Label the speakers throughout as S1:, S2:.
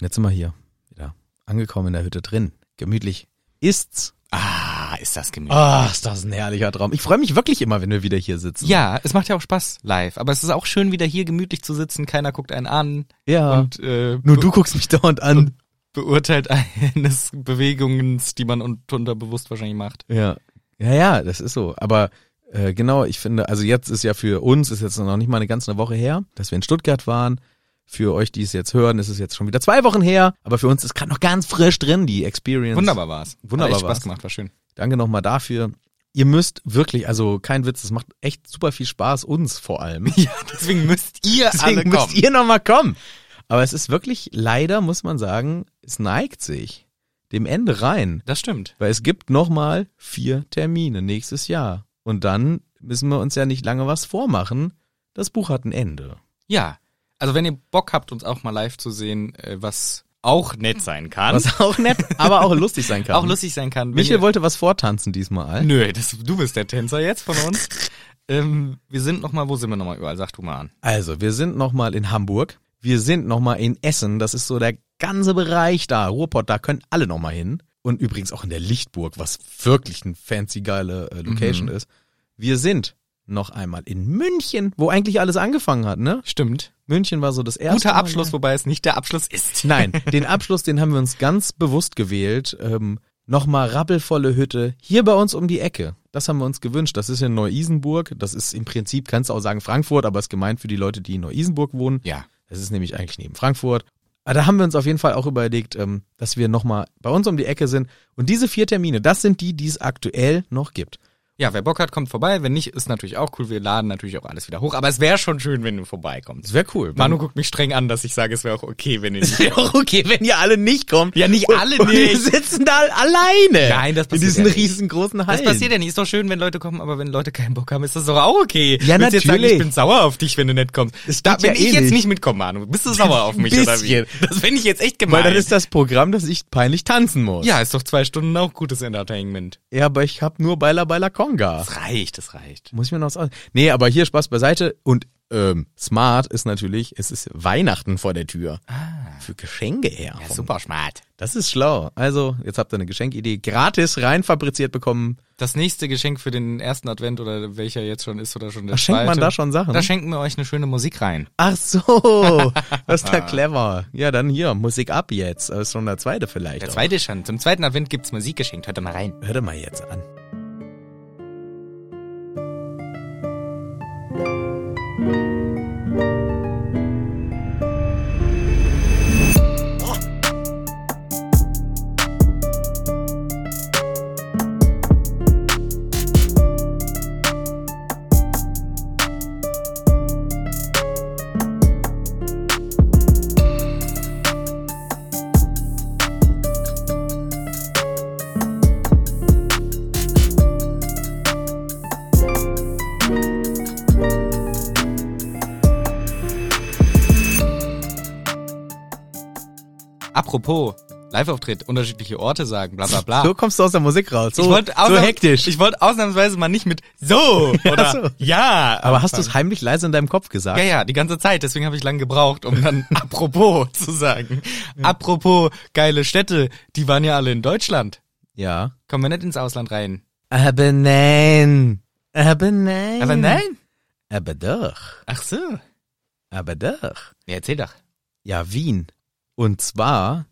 S1: Jetzt sind wir hier wieder angekommen in der Hütte drin. Gemütlich ist's.
S2: Ah, ist das gemütlich.
S1: Ah, ist das ein herrlicher Traum. Ich freue mich wirklich immer, wenn wir wieder hier sitzen.
S2: Ja, es macht ja auch Spaß live, aber es ist auch schön, wieder hier gemütlich zu sitzen. Keiner guckt einen an
S1: Ja.
S2: und äh,
S1: Nur du guckst mich dauernd an.
S2: beurteilt eines Bewegungens, die man un- unterbewusst wahrscheinlich macht.
S1: Ja. Ja, ja, das ist so. Aber äh, genau, ich finde, also jetzt ist ja für uns, ist jetzt noch nicht mal eine ganze Woche her, dass wir in Stuttgart waren. Für euch, die es jetzt hören, ist es jetzt schon wieder zwei Wochen her. Aber für uns ist gerade noch ganz frisch drin, die Experience.
S2: Wunderbar war's.
S1: Wunderbar
S2: Hat echt Spaß
S1: war's.
S2: gemacht, war schön.
S1: Danke nochmal dafür. Ihr müsst wirklich, also kein Witz, es macht echt super viel Spaß, uns vor allem.
S2: Ja, deswegen müsst ihr
S1: Deswegen müsst ihr nochmal kommen. Aber es ist wirklich, leider muss man sagen, es neigt sich dem Ende rein.
S2: Das stimmt.
S1: Weil es gibt nochmal vier Termine nächstes Jahr. Und dann müssen wir uns ja nicht lange was vormachen. Das Buch hat ein Ende.
S2: Ja. Also wenn ihr Bock habt, uns auch mal live zu sehen, äh, was auch nett sein kann,
S1: Was auch nett, aber auch lustig sein kann.
S2: auch lustig sein kann. wenn
S1: Michael
S2: ihr-
S1: wollte was vortanzen diesmal.
S2: Nö, das, du bist der Tänzer jetzt von uns. ähm, wir sind nochmal, wo sind wir nochmal überall? Sag du mal an.
S1: Also, wir sind nochmal in Hamburg. Wir sind nochmal in Essen. Das ist so der ganze Bereich da. Ruhrpott, da können alle nochmal hin. Und übrigens auch in der Lichtburg, was wirklich eine fancy geile äh,
S2: Mhm.
S1: Location ist. Wir sind noch einmal in München, wo eigentlich alles angefangen hat, ne?
S2: Stimmt.
S1: München war so das erste.
S2: Guter
S1: Mal.
S2: Abschluss, wobei es nicht der Abschluss ist.
S1: Nein, den Abschluss, den haben wir uns ganz bewusst gewählt. Ähm, Nochmal rappelvolle Hütte, hier bei uns um die Ecke. Das haben wir uns gewünscht. Das ist in Neu-Isenburg. Das ist im Prinzip, kannst du auch sagen Frankfurt, aber ist gemeint für die Leute, die in Neu-Isenburg wohnen.
S2: Ja.
S1: Das ist nämlich eigentlich neben Frankfurt. Aber da haben wir uns auf jeden Fall auch überlegt, ähm, dass wir nochmal bei uns um die Ecke sind. Und diese vier Termine, das sind die, die es aktuell noch gibt.
S2: Ja, wer Bock hat, kommt vorbei. Wenn nicht, ist natürlich auch cool. Wir laden natürlich auch alles wieder hoch. Aber es wäre schon schön, wenn du vorbeikommst.
S1: Das wäre cool.
S2: Manu guckt mich streng an, dass ich sage, es wäre auch okay, wenn ihr nicht
S1: wäre auch okay, wenn ihr alle nicht kommt.
S2: Ja, nicht
S1: Und-
S2: alle
S1: und Wir
S2: nicht.
S1: sitzen da alleine.
S2: Nein, das
S1: In
S2: passiert
S1: diesen
S2: ja nicht.
S1: riesengroßen Hallen.
S2: Das passiert ja nicht. Ist doch schön, wenn Leute kommen, aber wenn Leute keinen Bock haben, ist das doch auch okay.
S1: Ja,
S2: Willst du Jetzt sagen, ich
S1: natürlich.
S2: bin sauer auf dich, wenn du nicht kommst.
S1: Es
S2: da
S1: geht
S2: bin
S1: ja
S2: ich
S1: eh
S2: jetzt
S1: nicht.
S2: nicht, mitkommen, Manu. Bist du sauer auf mich oder wie?
S1: bisschen.
S2: Das finde ich jetzt echt gemein.
S1: Weil dann ist das Programm, dass ich peinlich tanzen muss.
S2: ja, ist doch zwei Stunden auch gutes Entertainment.
S1: Ja, aber ich habe nur Baila Baila Conga.
S2: Das reicht, das reicht.
S1: Muss ich mir noch was aus. Nee, aber hier Spaß beiseite. Und ähm, smart ist natürlich, es ist Weihnachten vor der Tür. Ah. Für Geschenke her.
S2: Ja, super smart.
S1: Das ist schlau. Also, jetzt habt ihr eine Geschenkidee gratis rein fabriziert bekommen.
S2: Das nächste Geschenk für den ersten Advent oder welcher jetzt schon ist oder schon der
S1: Ach, schenkt man
S2: zweite,
S1: da schon Sachen?
S2: Da schenken wir euch eine schöne Musik rein.
S1: Ach so, das ist ja clever. Ja, dann hier, Musik ab jetzt. Das ist schon der zweite vielleicht.
S2: Der
S1: auch.
S2: zweite schon. Zum zweiten Advent gibt's Musik geschenkt. Hört da mal rein.
S1: Hör dir mal jetzt an.
S2: Apropos, Live-Auftritt, unterschiedliche Orte sagen, bla bla bla.
S1: So kommst du aus der Musik raus. So,
S2: ich wollte
S1: so
S2: ausnahms-
S1: hektisch.
S2: Ich wollte ausnahmsweise mal nicht mit so oder
S1: so.
S2: ja.
S1: Aber hast du
S2: anfangen.
S1: es heimlich leise in deinem Kopf gesagt?
S2: Ja, ja, die ganze Zeit. Deswegen habe ich lange gebraucht, um dann apropos zu sagen. Apropos geile Städte, die waren ja alle in Deutschland.
S1: ja.
S2: Kommen wir nicht ins Ausland rein.
S1: Aber nein. Aber nein.
S2: Aber nein.
S1: Aber doch.
S2: Ach so.
S1: Aber doch.
S2: Ja, erzähl doch.
S1: Ja, Wien. Und zwar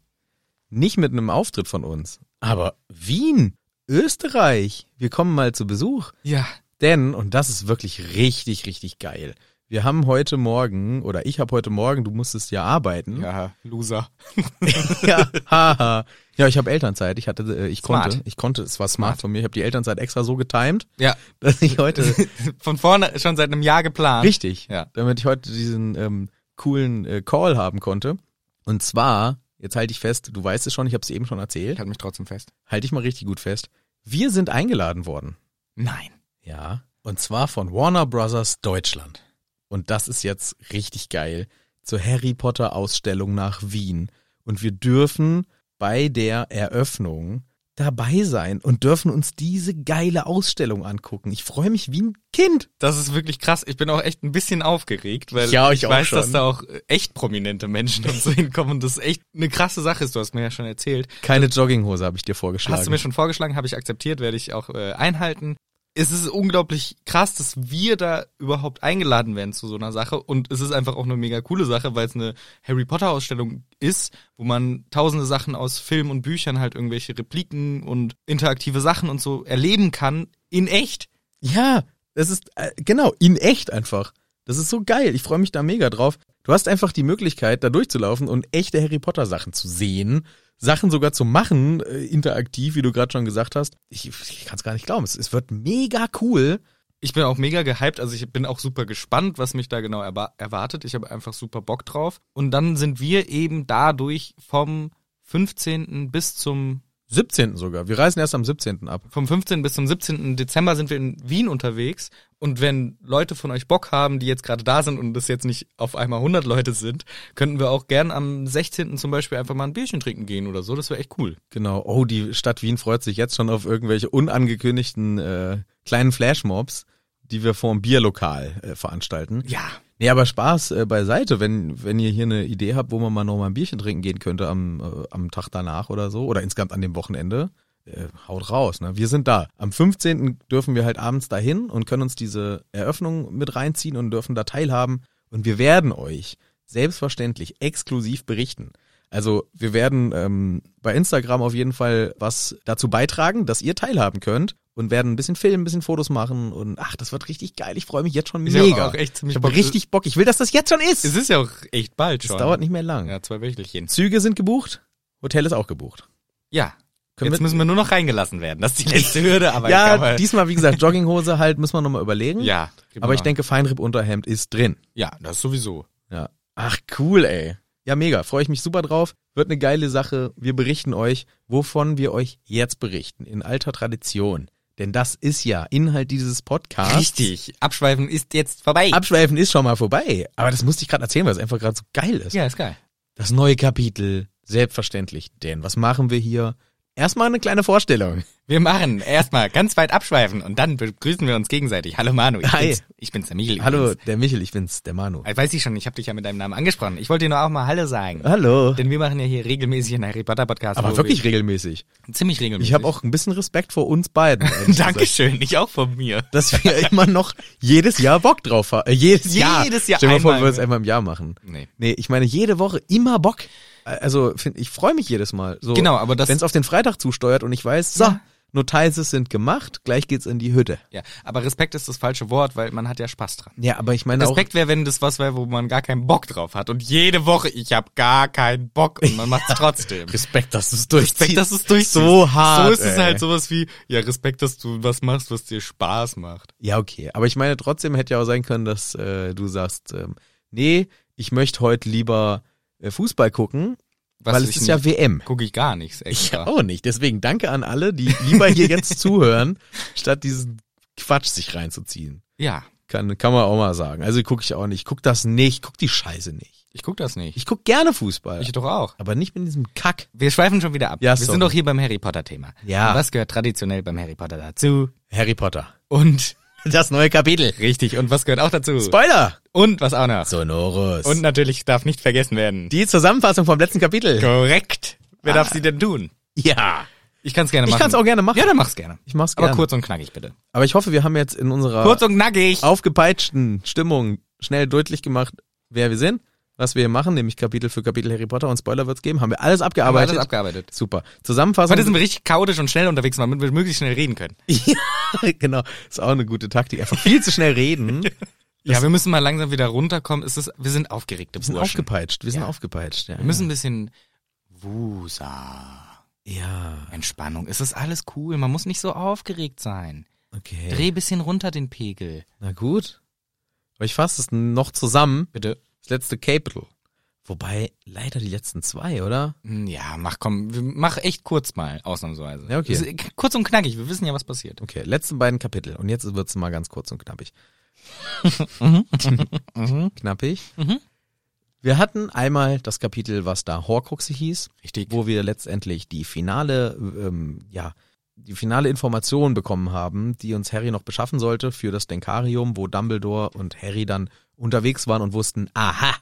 S1: nicht mit einem Auftritt von uns, aber Wien, Österreich. Wir kommen mal zu Besuch.
S2: Ja.
S1: Denn, und das ist wirklich richtig, richtig geil, wir haben heute Morgen, oder ich habe heute Morgen, du musstest ja arbeiten.
S2: Ja, Hm? Loser.
S1: ja, haha. ja ich habe Elternzeit. Ich hatte, äh, ich
S2: Smart.
S1: konnte, ich konnte, es war smart
S2: Smart.
S1: von mir. Ich habe die Elternzeit extra so getimed,
S2: Ja.
S1: dass ich heute
S2: Von vorne schon seit einem Jahr geplant.
S1: Richtig.
S2: Ja.
S1: Damit ich heute diesen ähm, coolen äh, Call haben konnte. Und zwar, jetzt halte ich fest, du weißt es schon, ich habe es eben schon
S2: Ich
S1: erzählt,
S2: halte mich trotzdem fest.
S1: halte ich mal richtig gut fest. Wir sind eingeladen worden.
S2: Nein.
S1: Ja. Und zwar von Warner Brothers Deutschland. Und das ist jetzt richtig geil. Zur Harry Potter Ausstellung nach Wien. Und wir dürfen bei der Eröffnung dabei sein und dürfen uns diese geile Ausstellung angucken. Ich freue mich wie ein Kind.
S2: Das ist wirklich krass. Ich bin auch echt ein bisschen aufgeregt, weil
S1: Ja, ich
S2: ich,
S1: auch
S2: weiß,
S1: schon.
S2: dass da auch echt prominente Menschen und so hinkommen und das echt eine krasse Sache ist. Du hast mir ja schon erzählt.
S1: Keine Jogginghose habe ich dir vorgeschlagen.
S2: Hast du mir schon vorgeschlagen, habe ich akzeptiert, werde ich auch äh, einhalten. Es ist unglaublich krass, dass wir da überhaupt eingeladen werden zu so einer Sache. Und es ist einfach auch eine mega coole Sache, weil es eine Harry Potter Ausstellung ist, wo man tausende Sachen aus Film und Büchern halt irgendwelche Repliken und interaktive Sachen und so erleben kann in echt.
S1: Ja, das ist äh, genau, in echt einfach. Das ist so geil. Ich freue mich da mega drauf. Du hast einfach die Möglichkeit, da durchzulaufen und echte Harry Potter Sachen zu sehen, Sachen sogar zu machen, äh, interaktiv, wie du gerade schon gesagt hast. Ich, ich kann es gar nicht glauben. Es, es wird mega cool.
S2: Ich bin auch mega gehypt, also ich bin auch super gespannt, was mich da genau erwa- erwartet. Ich habe einfach super Bock drauf. Und dann sind wir eben dadurch vom 15. bis zum
S1: 17. sogar. Wir reisen erst am 17. ab.
S2: vom 15. bis zum 17. Dezember sind wir in Wien unterwegs. Und wenn Leute von euch Bock haben, die jetzt gerade da sind und es jetzt nicht auf einmal 100 Leute sind, könnten wir auch gern am 16. zum Beispiel einfach mal ein Bierchen trinken gehen oder so. Das wäre echt cool.
S1: Genau. Oh, die Stadt Wien freut sich jetzt schon auf irgendwelche unangekündigten äh, kleinen Flashmobs, die wir vor dem Bierlokal äh, veranstalten.
S2: Ja.
S1: Nee, aber Spaß äh, beiseite, wenn, wenn ihr hier eine Idee habt, wo man mal noch mal ein Bierchen trinken gehen könnte am, äh, am Tag danach oder so oder insgesamt an dem Wochenende, äh, haut raus. Ne? Wir sind da. Am 15. dürfen wir halt abends dahin und können uns diese Eröffnung mit reinziehen und dürfen da teilhaben. Und wir werden euch selbstverständlich exklusiv berichten. Also wir werden ähm, bei Instagram auf jeden Fall was dazu beitragen, dass ihr teilhaben könnt und werden ein bisschen filmen, ein bisschen Fotos machen und ach, das wird richtig geil. Ich freue mich jetzt schon
S2: Ich
S1: mega.
S2: hab auch echt ziemlich
S1: Ich habe
S2: Bock.
S1: richtig Bock. Ich will, dass das jetzt schon ist.
S2: Es ist ja auch echt bald
S1: Es
S2: schon.
S1: dauert nicht mehr lang.
S2: Ja, zwei Wöchelchen.
S1: Züge sind gebucht, Hotel ist auch gebucht.
S2: Ja.
S1: Können
S2: jetzt
S1: wir-
S2: müssen wir nur noch reingelassen werden. Das ist die letzte Hürde, aber
S1: ja,
S2: kann man-
S1: diesmal, wie gesagt, Jogginghose halt, müssen wir nochmal überlegen.
S2: ja. genau.
S1: Aber ich denke, Feinripp-Unterhemd ist drin.
S2: ja, das sowieso.
S1: Ja. Ach, cool, ey. Ja, mega. Freue ich mich super drauf. Wird eine geile Sache. Wir berichten euch, wovon wir euch jetzt berichten. In alter Tradition. Denn das ist ja Inhalt dieses Podcasts.
S2: Richtig. Abschweifen ist jetzt vorbei.
S1: Abschweifen ist schon mal vorbei. Aber das musste ich gerade erzählen, weil es einfach gerade so geil ist.
S2: ja, ist geil.
S1: Das neue Kapitel, selbstverständlich. Denn was machen wir hier? Erstmal eine kleine Vorstellung.
S2: Wir machen erstmal ganz weit abschweifen und dann begrüßen wir uns gegenseitig. Hallo Manu, ich
S1: Hi.
S2: bin's. Ich bin's der Michel.
S1: Hallo,
S2: übrigens.
S1: der Michel, ich bin's, der Manu.
S2: Ich weiß ich schon, ich habe dich ja mit deinem Namen angesprochen. Ich wollte dir nur auch mal Hallo sagen.
S1: Hallo.
S2: Denn wir machen ja hier regelmäßig einen Harry Potter Podcast.
S1: Ah. Aber
S2: wo
S1: wirklich regelmäßig.
S2: Wir, ziemlich regelmäßig.
S1: Ich habe auch ein bisschen Respekt vor uns beiden. ehrlich gesagt.
S2: Dankeschön, ich auch von mir.
S1: Dass wir immer noch jedes Jahr Bock drauf haben. Äh, jedes Jahr.
S2: Jedes Jahr
S1: Stell dir mal vor, wir
S2: einmal.
S1: würden es einmal im Jahr machen.
S2: Nee.
S1: Nee, ich meine jede Woche immer Bock. Äh, Also find, ich freue mich jedes Mal. So,
S2: Genau, aber das-
S1: Wenn es auf den Freitag zusteuert und ich weiß, so,
S2: Ja.
S1: Notizes sind gemacht, gleich geht's in die Hütte.
S2: Ja, aber Respekt ist das falsche Wort, weil man hat ja Spaß dran.
S1: Ja, aber ich meine auch...
S2: Respekt wäre, wenn das was wäre, wo man gar keinen Bock drauf hat. Und jede Woche, ich habe gar keinen Bock und man macht's trotzdem.
S1: Respekt, dass du es durchziehst.
S2: Respekt, dass es durchziehst.
S1: So hart.
S2: So ist es
S1: ey.
S2: halt sowas wie, ja, Respekt, dass du was machst, was dir Spaß macht.
S1: Ja, okay. Aber ich meine, trotzdem hätte ja auch sein können, dass äh, du sagst, ähm, nee, ich möchte heute lieber äh, Fußball gucken,
S2: Was
S1: weil
S2: ich
S1: es ist ja
S2: nicht-
S1: WM.
S2: guck ich gar nichts
S1: Ich
S2: extra.
S1: auch nicht. Deswegen danke an alle, die lieber hier jetzt zuhören, statt diesen Quatsch sich reinzuziehen.
S2: Ja,
S1: Kann, kann man auch mal sagen. Also gucke ich auch nicht. Ich guck das nicht. Ich Guck die Scheiße nicht.
S2: ich guck das nicht.
S1: Ich guck gerne Fußball.
S2: Ich doch auch.
S1: aber nicht mit diesem Kack.
S2: Wir schweifen schon wieder ab.
S1: Ja,
S2: wir
S1: sorry.
S2: sind doch hier beim Harry Potter Thema.
S1: Ja.
S2: Und was gehört traditionell beim Harry Potter dazu?
S1: Harry Potter.
S2: Und
S1: Das neue Kapitel.
S2: richtig, und was gehört auch dazu?
S1: Spoiler!
S2: und was auch noch?
S1: Sonorus.
S2: Und
S1: Und
S2: natürlich darf nicht vergessen werden.
S1: die Zusammenfassung vom letzten Kapitel.
S2: Korrekt. Wer darf sie denn tun?
S1: Ja.
S2: Ich kann's gerne
S1: Ah. Ich
S2: machen.
S1: kann's auch gerne machen.
S2: Ja, dann mach's gerne.
S1: Ich mach's
S2: Aber
S1: gerne.
S2: kurz und knackig bitte.
S1: Aber ich hoffe, wir haben jetzt in unserer
S2: Kurz und knackig.
S1: aufgepeitschten Stimmung schnell deutlich gemacht, wer wir sind, was wir hier machen, nämlich Kapitel für Kapitel Harry Potter und Spoiler wird's geben. Haben wir alles
S2: Aber
S1: abgearbeitet.
S2: alles abgearbeitet.
S1: Super. Zusammenfassung.
S2: Heute sind wir richtig chaotisch und schnell unterwegs, damit wir möglichst schnell reden können.
S1: ja, genau. Ist auch eine gute Taktik. Einfach viel zu schnell reden.
S2: Genau.
S1: Wir
S2: Ja, wir müssen mal langsam wieder runterkommen. Es ist, wir sind aufgeregte
S1: sind
S2: Burschen.
S1: aufgepeitscht. Wir sind
S2: Ja.
S1: aufgepeitscht. Ja.
S2: Wir müssen ein bisschen Wusa.
S1: Ja,
S2: Entspannung. Es ist alles cool. Man muss nicht so aufgeregt sein.
S1: okay.
S2: Dreh bisschen runter den Pegel.
S1: Na gut. Aber ich fasse es noch zusammen.
S2: Bitte.
S1: Das letzte Kapitel. Wobei leider die letzten zwei, oder?
S2: Hm, Ja, mach komm, wir- mach echt kurz mal, ausnahmsweise.
S1: Ja, okay.
S2: Es ist Kurz und knackig, wir wissen ja, was passiert.
S1: Okay, letzten beiden Kapitel. Und jetzt wird's mal ganz kurz und knappig. knappig. Wir hatten einmal das Kapitel, was da Horcruxe hieß,
S2: Richtig.
S1: wo wir letztendlich die finale, ähm, ja, die finale Information bekommen haben, die uns Harry noch beschaffen sollte für das Denkarium, wo Dumbledore und Harry dann unterwegs waren und wussten, aha,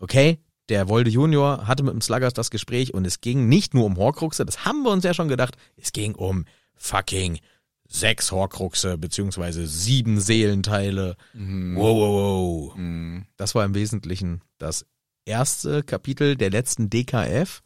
S1: okay, der Wolde Junior hatte mit dem Sluggers das Gespräch und es ging nicht nur um Horcruxe, das haben wir uns ja schon gedacht, es ging um fucking sechs Horcruxe beziehungsweise sieben Seelenteile. Wow, wow, wow. Das war im Wesentlichen das erste Kapitel der letzten DKF,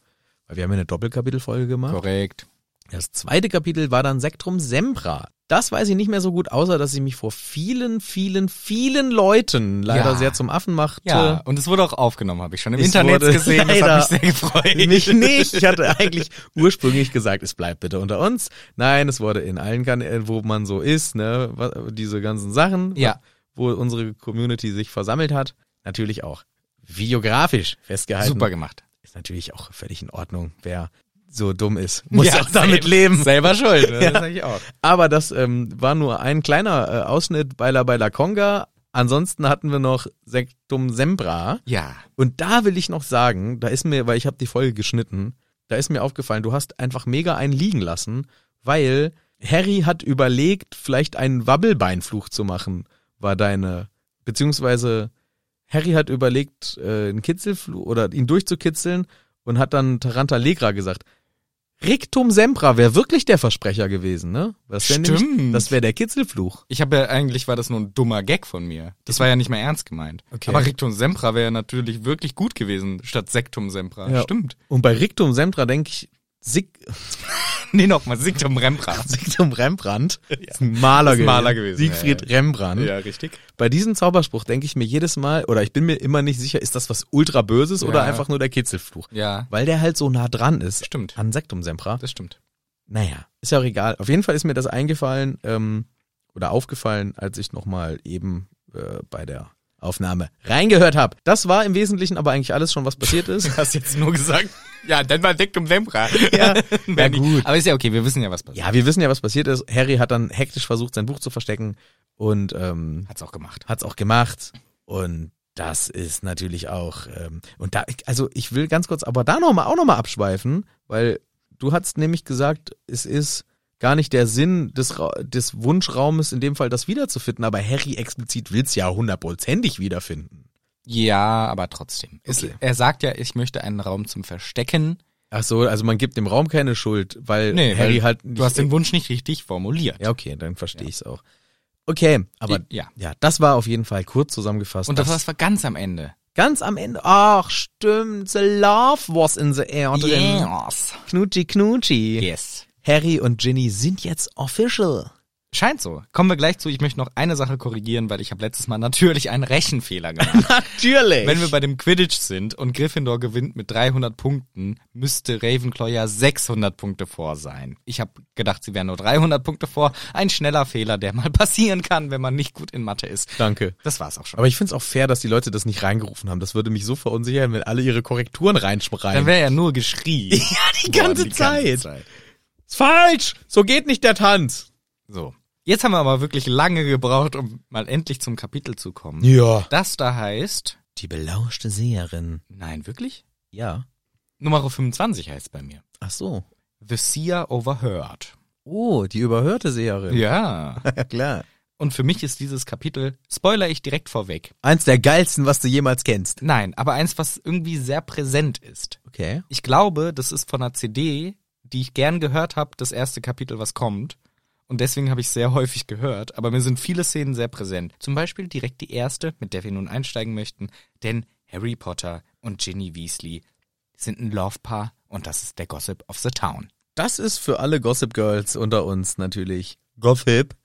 S1: weil wir haben ja eine Doppelkapitelfolge gemacht.
S2: Korrekt.
S1: Das zweite Kapitel war dann Sektrum Sempra. Das weiß ich nicht mehr so gut, außer dass ich mich vor vielen, vielen, vielen Leuten leider
S2: Ja.
S1: sehr zum Affen machte.
S2: Ja, und es wurde auch aufgenommen, habe ich schon im
S1: Es
S2: Internet
S1: wurde
S2: gesehen. Das
S1: leider
S2: hat mich sehr gefreut.
S1: Mich nicht. Ich hatte eigentlich ursprünglich gesagt, es bleibt bitte unter uns. Nein, es wurde in allen Kanälen, wo man so ist, ne, wa- diese ganzen Sachen,
S2: Ja.
S1: wo unsere Community sich versammelt hat, natürlich auch videografisch festgehalten.
S2: Super gemacht.
S1: Ist natürlich auch völlig in Ordnung. Wer so dumm ist, muss
S2: Ja,
S1: auch damit
S2: safe.
S1: leben.
S2: Selber schuld, ne? das sag ich auch.
S1: Aber das ähm, war nur ein kleiner äh, Ausschnitt bei La Baila Conga. Ansonsten hatten wir noch Sektum Sembra.
S2: Ja.
S1: Und da will ich noch sagen, da ist mir, weil ich habe die Folge geschnitten, da ist mir aufgefallen, du hast einfach mega einen liegen lassen, weil Harry hat überlegt, vielleicht einen Wabbelbeinfluch zu machen, war deine, beziehungsweise Harry hat überlegt, äh, einen Kitzelfluch oder ihn durchzukitzeln und hat dann Tarantalegra gesagt. Rictum Sempra wäre wirklich der Versprecher gewesen, ne? Das wär nämlich-
S2: Stimmt.
S1: Das wäre der Kitzelfluch.
S2: Ich habe ja eigentlich war das nur ein dummer Gag von mir. Das war ja nicht mehr ernst gemeint.
S1: Okay.
S2: Aber Rictum Sempra wäre natürlich wirklich gut gewesen statt Sektum Sempra.
S1: Ja.
S2: Stimmt.
S1: Und bei Rictum Sempra denke ich, Sig
S2: Nee, nochmal Sektum Rempra.
S1: Siegfried Rembrandt. Ist ein Maler,
S2: Ist ein
S1: gewesen.
S2: Maler gewesen,
S1: Siegfried
S2: ja,
S1: Rembrandt.
S2: richtig.
S1: Bei diesem Zauberspruch denke ich mir jedes Mal, oder ich bin mir immer nicht sicher, ist das was ultra böses oder
S2: Ja.
S1: einfach nur der Kitzelfluch?
S2: Ja,
S1: Weil der halt so nah dran ist.
S2: Stimmt.
S1: An Sektum Sempra.
S2: das stimmt.
S1: Naja, ist ja auch egal. Auf jeden Fall ist mir das eingefallen ähm, oder aufgefallen, als ich nochmal eben äh, bei der Aufnahme reingehört habe. Das war im Wesentlichen aber eigentlich alles schon, was passiert ist.
S2: Du hast jetzt nur gesagt, ja, dann war Sektum Sempra. ja,
S1: Ja, gut.
S2: Aber ist ja okay, wir wissen ja, was passiert.
S1: Ja, wir wissen ja, was passiert ist. Harry hat dann hektisch versucht, sein Buch zu verstecken und ähm,
S2: Hat's auch gemacht.
S1: hat's auch gemacht und das ist natürlich auch ähm, und da also ich will ganz kurz aber da noch mal auch noch mal abschweifen, weil du hast nämlich gesagt, es ist gar nicht der Sinn des Ra des Wunschraumes in dem Fall das wiederzufinden, aber Harry explizit will's ja hundertprozentig wiederfinden.
S2: Ja, aber trotzdem. Es,
S1: Okay.
S2: Er sagt ja, ich möchte einen Raum zum Verstecken.
S1: Ach so, also man gibt dem Raum keine Schuld, weil
S2: Nee,
S1: Harry
S2: weil
S1: halt
S2: Du hast den Wunsch nicht richtig formuliert.
S1: Ja, okay, dann verstehe ich's auch. Okay, aber
S2: I- ja.
S1: ja, das war auf jeden Fall kurz zusammengefasst.
S2: Und das, das war ganz am Ende.
S1: ganz am Ende. Ach, stimmt, the love was in the air drin.
S2: Yes.
S1: Knutschi Knutschi.
S2: yes.
S1: Harry und Ginny sind jetzt official.
S2: Scheint so. Kommen wir gleich zu. Ich möchte noch eine Sache korrigieren, weil ich habe letztes Mal natürlich einen Rechenfehler gemacht.
S1: Natürlich.
S2: Wenn wir bei dem Quidditch sind und Gryffindor gewinnt mit 300 Punkten, müsste Ravenclaw ja 600 Punkte vor sein. Ich habe gedacht, sie wären nur 300 Punkte vor. Ein schneller Fehler, der mal passieren kann, wenn man nicht gut in Mathe ist.
S1: Danke.
S2: Das war's auch schon.
S1: Aber ich find's auch fair, dass die Leute das nicht reingerufen haben. Das würde mich so verunsichern, wenn alle ihre Korrekturen
S2: Dann
S1: reinschreien.
S2: wäre ja nur geschrien. ja,
S1: die ganze Zeit. Ist falsch! So geht nicht der Tanz!
S2: So. Jetzt haben wir aber wirklich lange gebraucht, um mal endlich zum Kapitel zu kommen.
S1: Ja.
S2: Das da heißt,
S1: Die belauschte Seherin.
S2: nein, wirklich?
S1: Ja.
S2: Nummer 25 heißt bei mir.
S1: Ach so.
S2: The Seer Overheard.
S1: Oh, die überhörte Seherin.
S2: Ja.
S1: Ja, klar.
S2: Und für mich ist dieses Kapitel, spoiler ich direkt vorweg.
S1: Eins der geilsten, was du jemals kennst.
S2: Nein, aber eins, was irgendwie sehr präsent ist.
S1: Okay.
S2: Ich glaube, das ist von einer CD, die ich gern gehört habe, das erste Kapitel, was kommt. Und deswegen habe ich es sehr häufig gehört. Aber mir sind viele Szenen sehr präsent. Zum Beispiel direkt die erste, mit der wir nun einsteigen möchten. Denn Harry Potter und Ginny Weasley sind ein Lovepaar und das ist der Gossip of the Town.
S1: Das ist für alle Gossip Girls unter uns natürlich. Gossip.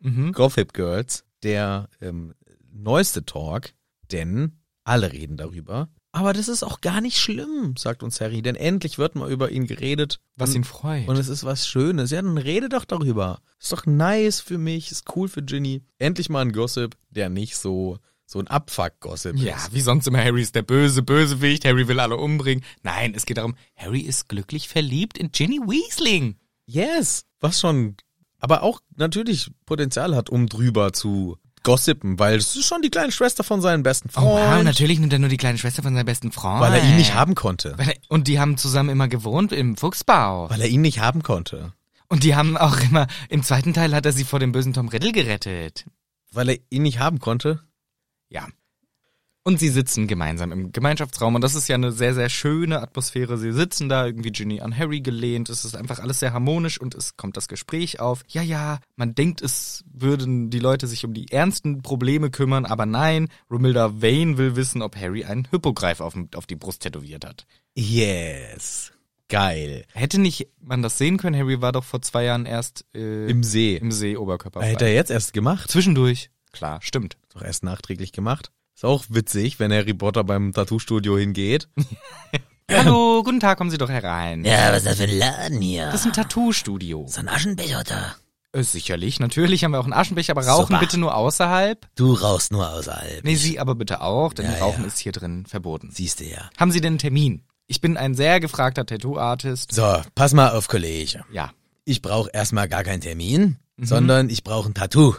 S2: Mhm.
S1: Gossip Girls, der ähm, neueste Talk, denn alle reden darüber. Aber das ist auch gar nicht schlimm, sagt uns Harry, denn endlich wird mal über ihn geredet.
S2: Was
S1: und,
S2: ihn freut.
S1: Und es ist was Schönes. Ja, dann rede doch darüber. Ist doch nice für mich, ist cool für Ginny. Endlich mal ein Gossip, der nicht so, so ein Abfuck-Gossip
S2: ja,
S1: ist.
S2: wie sonst immer, Harry ist der böse Bösewicht, Harry will alle umbringen. Nein, es geht darum, Harry ist glücklich verliebt in Ginny Weasling.
S1: Yes, was schon, aber auch natürlich Potenzial hat, um drüber zu
S3: gossipen, weil es ist schon die kleine Schwester von seinem besten
S2: Oh, wow,
S3: Freund,
S2: natürlich nimmt er nur die kleine Schwester von seinem besten Freund.
S3: weil er ihn nicht haben konnte.
S2: Weil er- Und die haben zusammen immer gewohnt im Fuchsbau.
S3: Weil er ihn nicht haben konnte.
S2: Und die haben auch immer, im zweiten Teil hat er sie vor dem bösen Tom Riddle gerettet.
S3: Weil er ihn nicht haben konnte.
S2: Ja. Und sie sitzen gemeinsam im Gemeinschaftsraum und das ist ja eine sehr, sehr schöne Atmosphäre. Sie sitzen da, irgendwie Ginny an Harry gelehnt. Es ist einfach alles sehr harmonisch und es kommt das Gespräch auf. Ja, ja, man denkt, es würden die Leute sich um die ernsten Probleme kümmern, aber nein, Romilda Vane will wissen, ob Harry einen Hippogreif auf, dem- auf die Brust tätowiert hat.
S3: Yes. Geil.
S2: Hätte nicht man das sehen können, Harry war doch vor zwei Jahren erst äh,
S3: Im See.
S2: im See Oberkörper.
S3: Hätte er jetzt erst gemacht.
S2: Zwischendurch. Klar, stimmt.
S3: Doch erst nachträglich gemacht. Ist auch witzig, wenn Harry Potter beim Tattoo-Studio hingeht.
S2: Hallo, guten Tag, kommen Sie doch herein.
S1: Ja, was ist das für ein Laden hier?
S2: Das ist ein Tattoo-Studio.
S1: so ein Aschenbecher da.
S2: Äh, sicherlich, natürlich haben wir auch einen Aschenbecher, aber rauchen
S1: Super.
S2: bitte nur außerhalb.
S1: Du rauchst nur außerhalb.
S2: Nee, Sie aber bitte auch, denn
S1: Ja,
S2: Rauchen
S1: ja.
S2: ist hier drin verboten.
S1: Siehst du ja.
S2: Haben Sie denn einen Termin? Ich bin ein sehr gefragter Tattoo-Artist.
S1: So, pass mal auf, Kollege.
S2: Ja.
S1: Ich brauche erstmal gar keinen Termin,
S2: Mhm.
S1: sondern ich brauche ein Tattoo.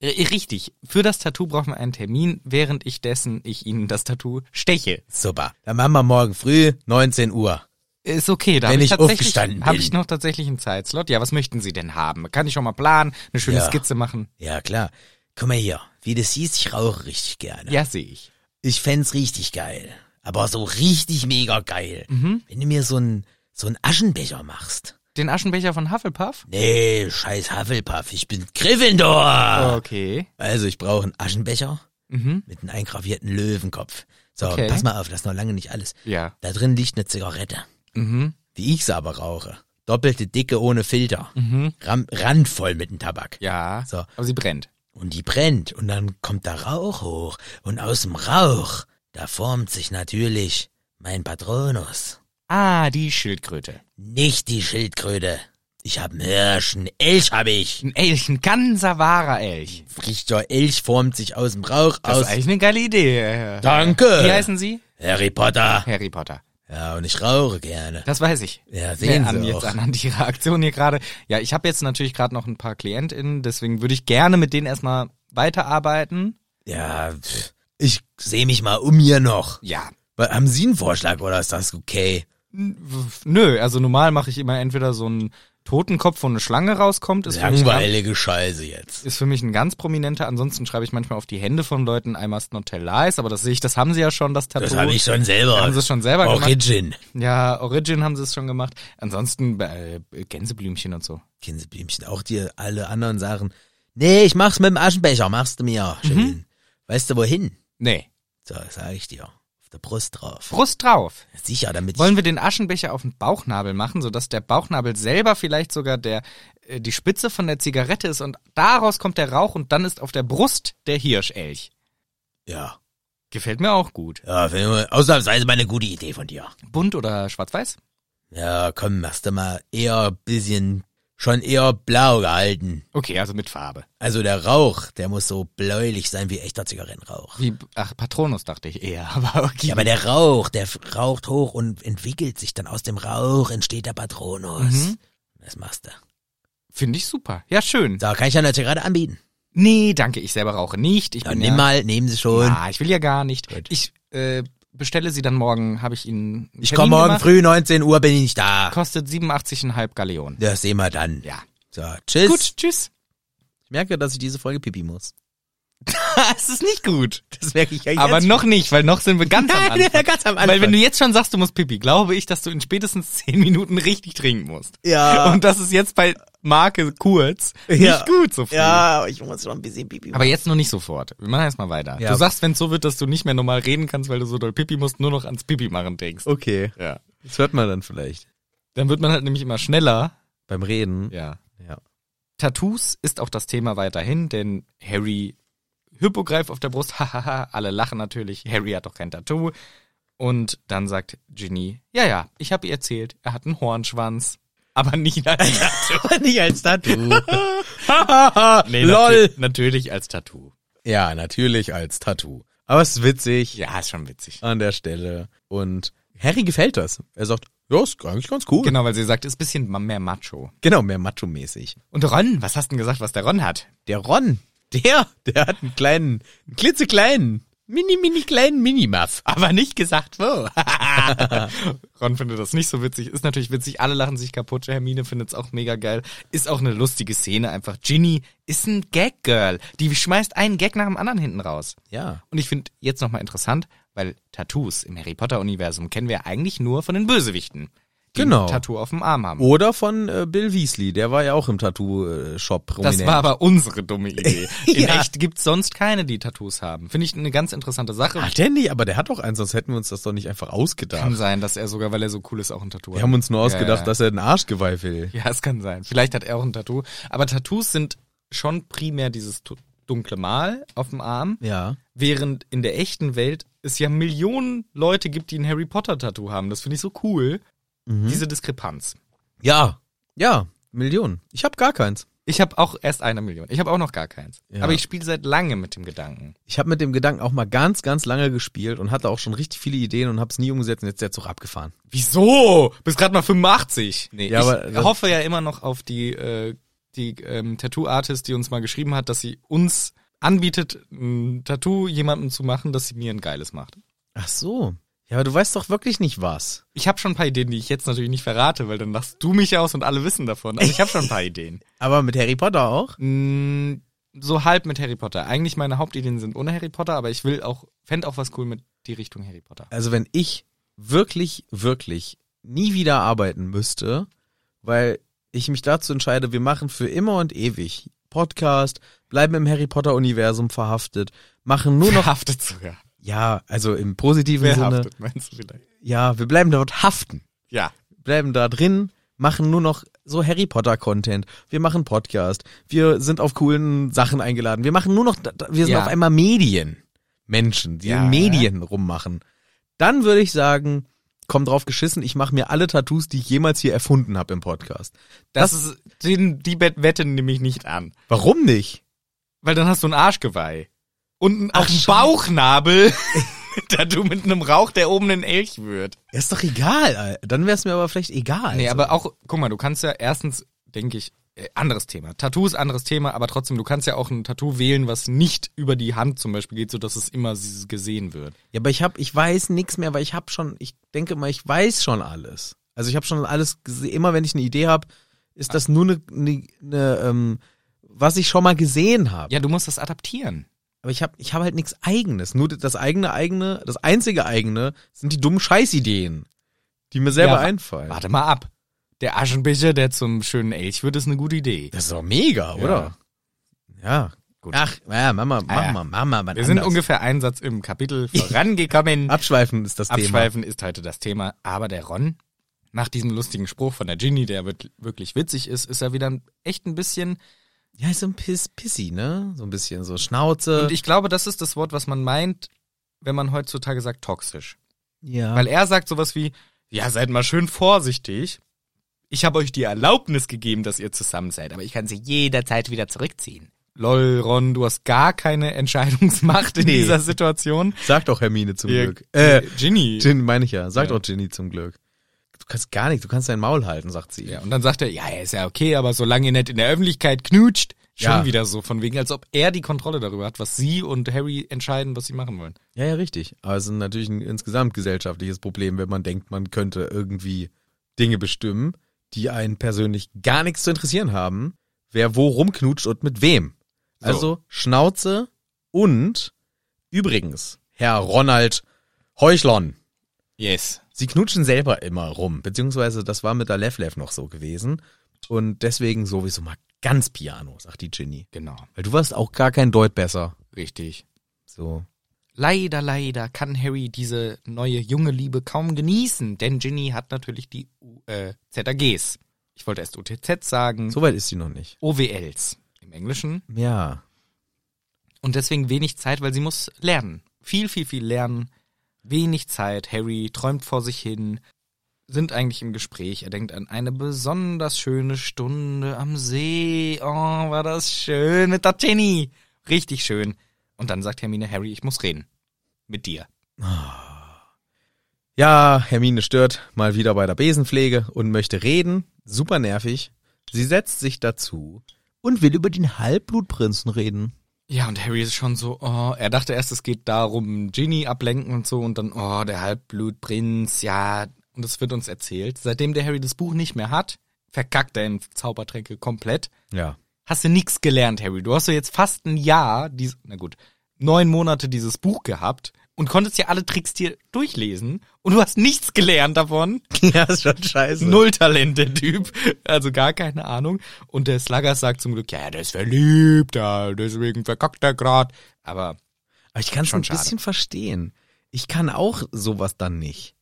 S2: R- Richtig. Für das Tattoo brauchen wir einen Termin, während ich dessen ich Ihnen das Tattoo steche.
S1: Super. Dann machen wir morgen früh 19 Uhr.
S2: Ist okay, da
S1: Wenn
S2: habe ich
S1: ich
S2: tatsächlich
S1: aufgestanden
S2: habe
S1: bin.
S2: ich noch tatsächlich einen Zeitslot. Ja, was möchten Sie denn haben? Kann ich schon mal planen, eine schöne
S1: Ja.
S2: Skizze machen?
S1: Ja, klar. Guck mal hier. Wie du siehst, ich rauche richtig gerne.
S2: Ja, sehe ich.
S1: Ich fänd's richtig geil. Aber so richtig mega geil.
S2: Mhm.
S1: Wenn du mir so einen so einen Aschenbecher machst.
S2: Den Aschenbecher von Hufflepuff?
S1: Nee, scheiß Hufflepuff, ich bin
S2: Ah.
S1: Gryffindor.
S2: Okay.
S1: Also, ich brauche einen Aschenbecher
S2: Mhm.
S1: mit einem eingravierten Löwenkopf. So,
S2: Okay.
S1: pass mal auf, das ist noch lange nicht alles.
S2: Ja.
S1: Da drin liegt eine Zigarette,
S2: Mhm.
S1: die ich aber rauche. Doppelte Dicke ohne Filter.
S2: Mhm.
S1: Ram randvoll mit dem Tabak.
S2: Ja.
S1: So.
S2: Aber sie brennt.
S1: Und die brennt und dann kommt der Rauch hoch. Und aus dem Rauch, da formt sich natürlich mein Patronus.
S2: Ah, die Schildkröte.
S1: Nicht die Schildkröte. Ich hab einen Hirsch, einen Elch hab ich.
S2: Ein Elch, ein ganzer wahrer Elch.
S1: Richtiger Elch formt sich aus dem Rauch
S2: Das
S1: aus.
S2: ist eigentlich eine geile Idee. Herr-
S1: Danke.
S2: Wie heißen Sie?
S1: Harry Potter.
S2: Harry Potter.
S1: Ja, und ich rauche gerne.
S2: Das weiß ich.
S1: Ja, sehen
S2: an,
S1: Sie
S2: jetzt
S1: auch.
S2: anhand ihrer Aktion hier gerade. Ja, ich habe jetzt natürlich gerade noch ein paar KlientInnen, deswegen würde ich gerne mit denen erstmal weiterarbeiten.
S1: Ja, pff, ich sehe mich mal um hier noch.
S2: Ja,
S1: Wa- Haben Sie einen Vorschlag oder ist das okay?
S2: Nö, also normal mache ich immer entweder so einen Totenkopf, wo eine Schlange rauskommt. Ist für, mich ein,
S1: Langweilige Scheiße jetzt.
S2: ist für mich ein ganz prominenter. Ansonsten schreibe ich manchmal auf die Hände von Leuten I must not tell lies, aber das sehe ich, das haben sie ja schon, das Tattoo.
S1: Das habe ich schon selber.
S2: Haben sie es schon selber gemacht?
S1: Origin.
S2: Ja, Origin haben sie es schon gemacht. Ansonsten äh, Gänseblümchen und so.
S1: Gänseblümchen, auch dir alle anderen Sachen. Nee, ich mach's mit dem Aschenbecher, machst du mir.
S2: Mhm.
S1: Schön. Weißt du wohin?
S2: Nee,
S1: So, sag ich dir. Auf der Brust drauf.
S2: Brust drauf.
S1: Sicher, damit
S2: Wollen wir den Aschenbecher auf den Bauchnabel machen, sodass der Bauchnabel selber vielleicht sogar der äh, die Spitze von der Zigarette ist und daraus kommt der Rauch und dann ist auf der Brust der Hirschelch.
S1: ich. Ja.
S2: Gefällt mir auch gut.
S1: Ja, finde ich mal- ausnahmsweise mal eine gute Idee von dir.
S2: Bunt oder schwarz-weiß?
S1: Ja, komm, machst du mal eher bisschen, schon eher blau gehalten.
S2: Okay, also mit Farbe.
S1: Also der Rauch, der muss so bläulich sein wie echter Zigarettenrauch.
S2: Wie, ach, Patronus dachte ich eher, aber okay.
S1: Ja, aber der Rauch, der f- raucht hoch und entwickelt sich dann aus dem Rauch, entsteht der Patronus.
S2: Mhm.
S1: Das machst du.
S2: Finde ich super. Ja, schön.
S1: So, kann ich dann natürlich gerade anbieten.
S2: Nee, danke, ich selber rauche nicht. Ich
S1: Ja,
S2: bin
S1: nimm
S2: ja,
S1: mal, nehmen Sie schon.
S2: Ah, ich will ja gar nicht.
S1: Gut.
S2: Ich äh, bestelle sie dann morgen, habe ich Ihnen einen
S1: ich
S2: Termin
S1: komme morgen
S2: gemacht.
S1: früh, 19 Uhr bin ich da.
S2: Kostet 87,5 Galleonen.
S1: Das sehen wir dann.
S2: Ja.
S1: So, tschüss.
S2: Gut, tschüss.
S3: Ich merke, dass ich diese Folge pipi muss.
S2: es ist nicht gut.
S3: Das merke ich ja jetzt.
S2: Aber noch nicht, weil noch sind wir ganz am
S3: Nein,
S2: Anfang.
S3: ganz am Anfang.
S2: Weil wenn du jetzt schon sagst, du musst Pipi, glaube ich, dass du in spätestens 10 Minuten richtig trinken musst.
S3: ja,
S2: Und das ist jetzt bei Marke kurz
S3: Ja.
S2: nicht gut so früh.
S3: ja, ich muss noch ein bisschen pipi machen.
S2: Aber jetzt noch nicht sofort. Wir machen erstmal weiter.
S3: Ja.
S2: Du sagst, wenn es so wird, dass du nicht mehr normal reden kannst, weil du so doll Pipi musst, nur noch ans Pipi machen denkst.
S3: Okay,
S2: Ja.
S3: das hört man dann vielleicht
S2: Dann wird man halt nämlich immer schneller.
S3: beim Reden.
S2: Ja.
S3: Ja.
S2: Tattoos ist auch das Thema weiterhin, denn Harry Hippogreif auf der Brust, hahaha, alle lachen natürlich, Harry hat doch kein Tattoo. Und dann sagt Ginny, ja, ja, ich habe ihr erzählt, er hat einen Hornschwanz. Aber nicht als Tattoo.
S3: Nicht als Tattoo.
S2: nee,
S3: Lol.
S2: natür- Natürlich als Tattoo.
S3: Ja, natürlich als Tattoo. Aber es ist witzig
S2: Ja, ist schon witzig.
S3: an der Stelle. Und Harry gefällt das. Er sagt, ja, ist eigentlich ganz cool.
S2: Genau, weil sie sagt, ist ein bisschen ma- mehr Macho.
S3: Genau, mehr Macho-mäßig.
S2: Und Ron, was hast du denn gesagt, was der Ron hat?
S3: Der Ron,
S1: Der, der hat einen kleinen, einen klitzekleinen, mini, mini kleinen Minimuff.
S2: Aber nicht gesagt wo. Ron findet das nicht so witzig. Ist natürlich witzig. Alle lachen sich kaputt. Hermine findet es auch mega geil. Ist auch eine lustige Szene einfach. Ginny ist ein Gag-Girl. Die schmeißt einen Gag nach dem anderen hinten raus.
S1: Ja.
S2: Und ich finde jetzt nochmal interessant, weil Tattoos im Harry Potter-Universum kennen wir eigentlich nur von den Bösewichten. Die
S1: Genau.
S2: Ein Tattoo auf dem Arm haben.
S1: Oder von äh, Bill Weasley, der war ja auch im Tattoo-Shop
S2: Das
S1: prominent.
S2: war aber unsere dumme Idee. In
S1: Ja.
S2: echt gibt's sonst keine, die Tattoos haben. Finde ich eine ganz interessante Sache.
S1: Hat der nicht? Aber der hat doch eins, sonst hätten wir uns das doch nicht einfach
S2: Kann
S1: ausgedacht.
S2: sein, dass er sogar, weil er so cool ist, auch ein Tattoo hat.
S1: Wir haben uns nur
S2: Ja,
S1: ausgedacht,
S2: ja.
S1: dass er den Arschgeweih will.
S2: Ja, es kann sein. Vielleicht hat er auch ein Tattoo. Aber Tattoos sind schon primär dieses tu- dunkle Mal auf dem Arm,
S1: Ja.
S2: während in der echten Welt es ja Millionen Leute gibt, die ein Harry Potter Tattoo haben. Das finde ich so cool.
S1: Mhm.
S2: Diese Diskrepanz.
S1: Ja. Ja. Millionen. Ich habe gar keins.
S2: Ich habe auch erst eine Million. Ich habe auch noch gar keins.
S1: Ja.
S2: Aber ich spiele seit lange mit dem Gedanken.
S1: Ich habe mit dem Gedanken auch mal ganz, ganz lange gespielt und hatte auch schon richtig viele Ideen und habe es nie umgesetzt und jetzt ist der Zug abgefahren.
S2: Wieso? Bist gerade mal 85. Nee,
S1: Ja,
S2: ich
S1: aber das-
S2: hoffe ja immer noch auf die, äh, die ähm, Tattoo-Artist, die uns mal geschrieben hat, dass sie uns anbietet, ein Tattoo jemandem zu machen, dass sie mir ein geiles macht.
S1: Ach so. Ja, aber du weißt doch wirklich nicht was.
S2: Ich habe schon ein paar Ideen, die ich jetzt natürlich nicht verrate, weil dann lachst du mich aus und alle wissen davon. Aber ich habe schon ein paar Ideen.
S1: Aber mit Harry Potter auch?
S2: Mm, so halb mit Harry Potter. Eigentlich meine Hauptideen sind ohne Harry Potter, aber ich will auch, fänd auch was cool mit die Richtung Harry Potter.
S1: Also wenn ich wirklich, wirklich nie wieder arbeiten müsste, weil ich mich dazu entscheide, wir machen für immer und ewig Podcast, bleiben im Harry Potter Universum verhaftet, machen nur noch,
S2: Verhaftet sogar.
S1: ja, also im positiven Sinne,
S2: Verhaftet, meinst du vielleicht?
S1: ja, wir bleiben dort haften.
S2: Ja.
S1: bleiben da drin, machen nur noch so Harry Potter Content. Wir machen Podcast. Wir sind auf coolen Sachen eingeladen. Wir machen nur noch, wir sind
S2: Ja.
S1: auf einmal Medien. Menschen, die
S2: Ja.
S1: in Medien rummachen. Dann würde ich sagen, komm drauf geschissen, ich mache mir alle Tattoos, die ich jemals hier erfunden habe im Podcast.
S2: Das, ist, den, die Bet- Wette nehme ich nicht an.
S1: Warum nicht?
S2: Weil dann hast du ein Arschgeweih. Und ein,
S1: Ach,
S2: auch einen
S1: scheiße.
S2: Bauchnabel, da du mit einem Rauch, der oben ein Elch wird. Also
S1: Ja, Ist doch egal. Alter. Dann wäre es mir aber vielleicht egal.
S2: Nee,
S1: So.
S2: aber auch, guck mal, du kannst ja erstens, denke ich, äh, anderes Thema. Tattoos, anderes Thema, aber trotzdem, du kannst ja auch ein Tattoo wählen, was nicht über die Hand zum Beispiel geht, sodass es immer s- gesehen wird.
S1: Ja, aber ich hab, ich weiß nix mehr, weil ich hab schon, ich denke mal, ich weiß schon alles. Also ich habe schon alles gesehen. Immer wenn ich eine Idee hab, ist das nur eine, ne, ne, ähm, was ich schon mal gesehen habe.
S2: Ja, du musst das adaptieren.
S1: Aber ich hab, ich hab halt nix Eigenes. Nur das eigene eigene, das einzige eigene sind die dummen Scheißideen, die mir selber
S2: Ja, wa-
S1: einfallen.
S2: Warte mal ab. Der Aschenbecher, der zum schönen Elch wird, ist eine gute Idee.
S1: Das ist doch mega, oder? Ja.
S2: Gut.
S1: Ach, ja, Mama,
S2: Ah, ja.
S1: Mama, Mama, Mama.
S2: Wir sind ungefähr einen Satz im Kapitel vorangekommen.
S1: Abschweifen ist das Thema.
S2: Abschweifen ist heute das Thema. Aber der Ron, nach diesem lustigen Spruch von der Ginny, der wird wirklich witzig ist, ist er wieder ein- echt ein bisschen.
S1: Ja, ist so ein Piss, Pissi, ne? So ein bisschen so Schnauze.
S2: Und ich glaube, das ist das Wort, was man meint, wenn man heutzutage sagt toxisch.
S1: ja.
S2: Weil er sagt sowas wie, ja, seid mal schön vorsichtig. Ich habe euch die Erlaubnis gegeben, dass ihr zusammen seid, aber ich kann sie jederzeit wieder zurückziehen. Lol, Ron, du hast gar keine Entscheidungsmacht in
S1: Nee.
S2: dieser Situation.
S1: Sagt doch Hermine zum
S2: Ihr-
S1: Glück. Äh,
S2: Ginny.
S1: Gin meine ich ja. Sagt
S2: Ja.
S1: auch Ginny zum Glück. Du kannst gar nichts, du kannst dein Maul halten, sagt sie.
S2: Ja, und dann sagt er, ja, ja, ist ja okay, aber solange ihr nicht in der Öffentlichkeit knutscht, schon
S1: Ja.
S2: wieder so von wegen, als ob er die Kontrolle darüber hat, was sie und Harry entscheiden, was sie machen wollen.
S1: ja, ja, richtig. Aber es ist natürlich ein insgesamt gesellschaftliches Problem, wenn man denkt, man könnte irgendwie Dinge bestimmen, die einen persönlich gar nichts zu interessieren haben, wer wo rumknutscht und mit wem.
S2: So.
S1: Also Schnauze und übrigens, Herr Ronald Heuchlon.
S2: Yes.
S1: Sie knutschen selber immer rum, beziehungsweise das war mit der Leflev noch so gewesen. Und deswegen sowieso mal ganz piano, sagt die Ginny.
S2: Genau,
S1: Weil du warst auch gar kein Deut besser.
S2: richtig.
S1: So.
S2: Leider, leider kann Harry diese neue junge Liebe kaum genießen, denn Ginny hat natürlich die U äh, ZAGs. Ich wollte erst UTZ sagen,
S1: So weit ist sie noch nicht.
S2: OWLs im Englischen.
S1: Ja.
S2: Und deswegen wenig Zeit, weil sie muss lernen. Viel, viel, viel lernen. Wenig Zeit. Harry träumt vor sich hin, sind eigentlich im Gespräch. Er denkt an eine besonders schöne Stunde am See. Oh, war das schön mit der Ginny. Richtig schön. Und dann sagt Hermine, Harry, ich muss reden. Mit dir.
S1: Ja, Hermine stört mal wieder bei der Besenpflege und möchte reden. Super nervig. Sie setzt sich dazu und will über den Halbblutprinzen reden.
S2: Ja, und Harry ist schon so, oh, er dachte erst, es geht darum, Ginny ablenken und so, und dann, oh, der Halbblutprinz, ja, und das wird uns erzählt. Seitdem der Harry das Buch nicht mehr hat, verkackt er in Zaubertränke komplett.
S1: Ja.
S2: Hast du nichts gelernt, Harry. Du hast so jetzt fast ein Jahr, dies, na gut, neun Monate dieses Buch gehabt und konntest ja alle Tricks dir durchlesen und du hast nichts gelernt davon.
S1: Ja, ist schon scheiße.
S2: Null Talent, der Typ. Also gar keine Ahnung. Und der Sluggers sagt zum Glück, ja, der ist verliebt, ja, deswegen verkackt er grad. Aber
S1: Aber ich kann es
S2: Schon
S1: ein
S2: schade.
S1: bisschen verstehen. Ich kann auch sowas dann nicht.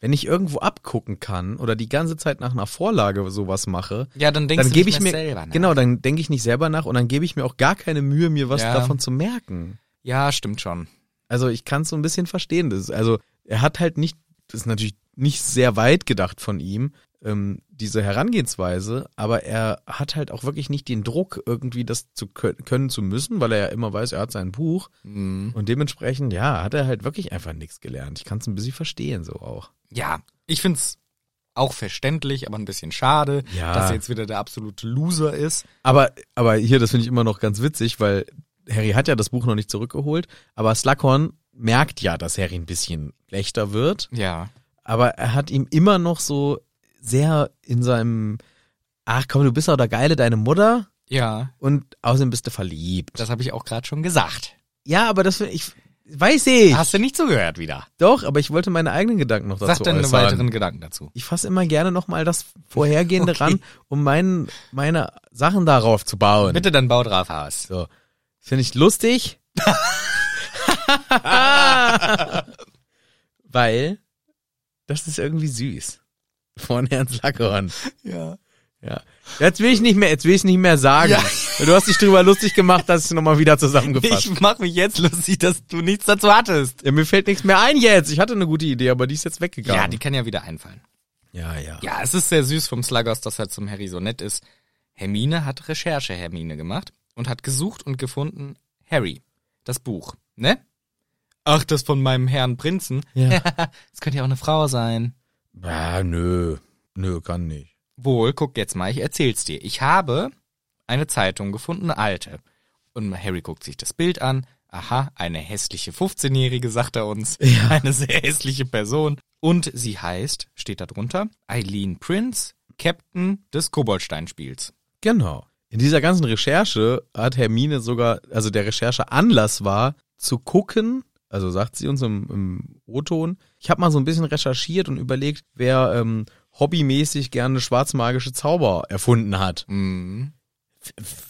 S1: Wenn ich irgendwo abgucken kann oder die ganze Zeit nach einer Vorlage sowas mache,
S2: ja, dann denkst
S1: dann
S2: du
S1: gebe ich mir
S2: selber ne? nach.
S1: genau, dann denke ich nicht selber nach und dann gebe ich mir auch gar keine Mühe, mir was
S2: Ja.
S1: davon zu merken.
S2: Ja, stimmt schon.
S1: Also ich kann es so ein bisschen verstehen. Das, ist- also er hat halt nicht, das ist natürlich nicht sehr weit gedacht von ihm, ähm, diese Herangehensweise, aber er hat halt auch wirklich nicht den Druck, irgendwie das zu kö- können zu müssen, weil er ja immer weiß, er hat sein Buch
S2: Mhm.
S1: und dementsprechend, ja, hat er halt wirklich einfach nichts gelernt. Ich kann es ein bisschen verstehen, so auch.
S2: Ja, ich find's auch verständlich, aber ein bisschen schade,
S1: Ja.
S2: dass er jetzt wieder der absolute Loser ist.
S1: Aber, aber hier, das finde ich immer noch ganz witzig, weil Harry hat ja das Buch noch nicht zurückgeholt, aber Slughorn merkt ja, dass Harry ein bisschen schlechter wird.
S2: Ja.
S1: aber er hat ihm immer noch so sehr in seinem, ach komm, du bist doch der Geile, deine Mutter
S2: Ja,
S1: und außerdem bist du verliebt.
S2: das habe ich auch gerade schon gesagt.
S1: ja, aber das, ich, weiß ich,
S2: Hast du nicht zugehört wieder?
S1: doch, aber ich wollte meine eigenen Gedanken noch dazu
S2: Sag dann einen
S1: äußern.
S2: weiteren Gedanken dazu.
S1: ich fasse immer gerne nochmal das Vorhergehende ran, um meinen, meine Sachen darauf zu bauen.
S2: Bitte dann bau drauf aus.
S1: So. Finde ich lustig. Weil das ist irgendwie süß. Von Herrn Slackhorn.
S2: Ja.
S1: Ja. Jetzt will ich nicht mehr, jetzt will ich nicht mehr sagen.
S2: Ja.
S1: Weil Du hast dich drüber lustig gemacht, dass ich nochmal wieder zusammengefasst.
S2: Ich mach mich jetzt lustig, dass du nichts dazu hattest.
S1: ja, mir fällt nichts mehr ein jetzt. Ich hatte eine gute Idee, aber die ist jetzt weggegangen.
S2: Ja, die kann ja wieder einfallen.
S1: ja, ja.
S2: Ja, es ist sehr süß vom Sluggers, dass er zum Harry so nett ist. Hermine hat Recherche-Hermine gemacht und hat gesucht und gefunden Harry, das Buch, ne? Ach, das von meinem Herrn Prinzen.
S1: Ja.
S2: Es könnte ja auch eine Frau sein.
S1: Ah, nö. Nö, kann nicht.
S2: Wohl, guck jetzt mal, ich erzähl's dir. Ich habe eine Zeitung gefunden, eine alte. Und Harry guckt sich das Bild an. Aha, eine hässliche 15-Jährige, sagt er uns. Eine sehr hässliche Person. Und sie heißt, steht da drunter, Eileen Prince, Captain des Koboldsteinspiels.
S1: Genau. In dieser ganzen Recherche hat Hermine sogar, also der Recherche Anlass war, zu gucken, also sagt sie uns im, im O-Ton, ich habe mal so ein bisschen recherchiert und überlegt, wer ähm, hobbymäßig gerne schwarzmagische Zauber erfunden hat.
S2: Mhm.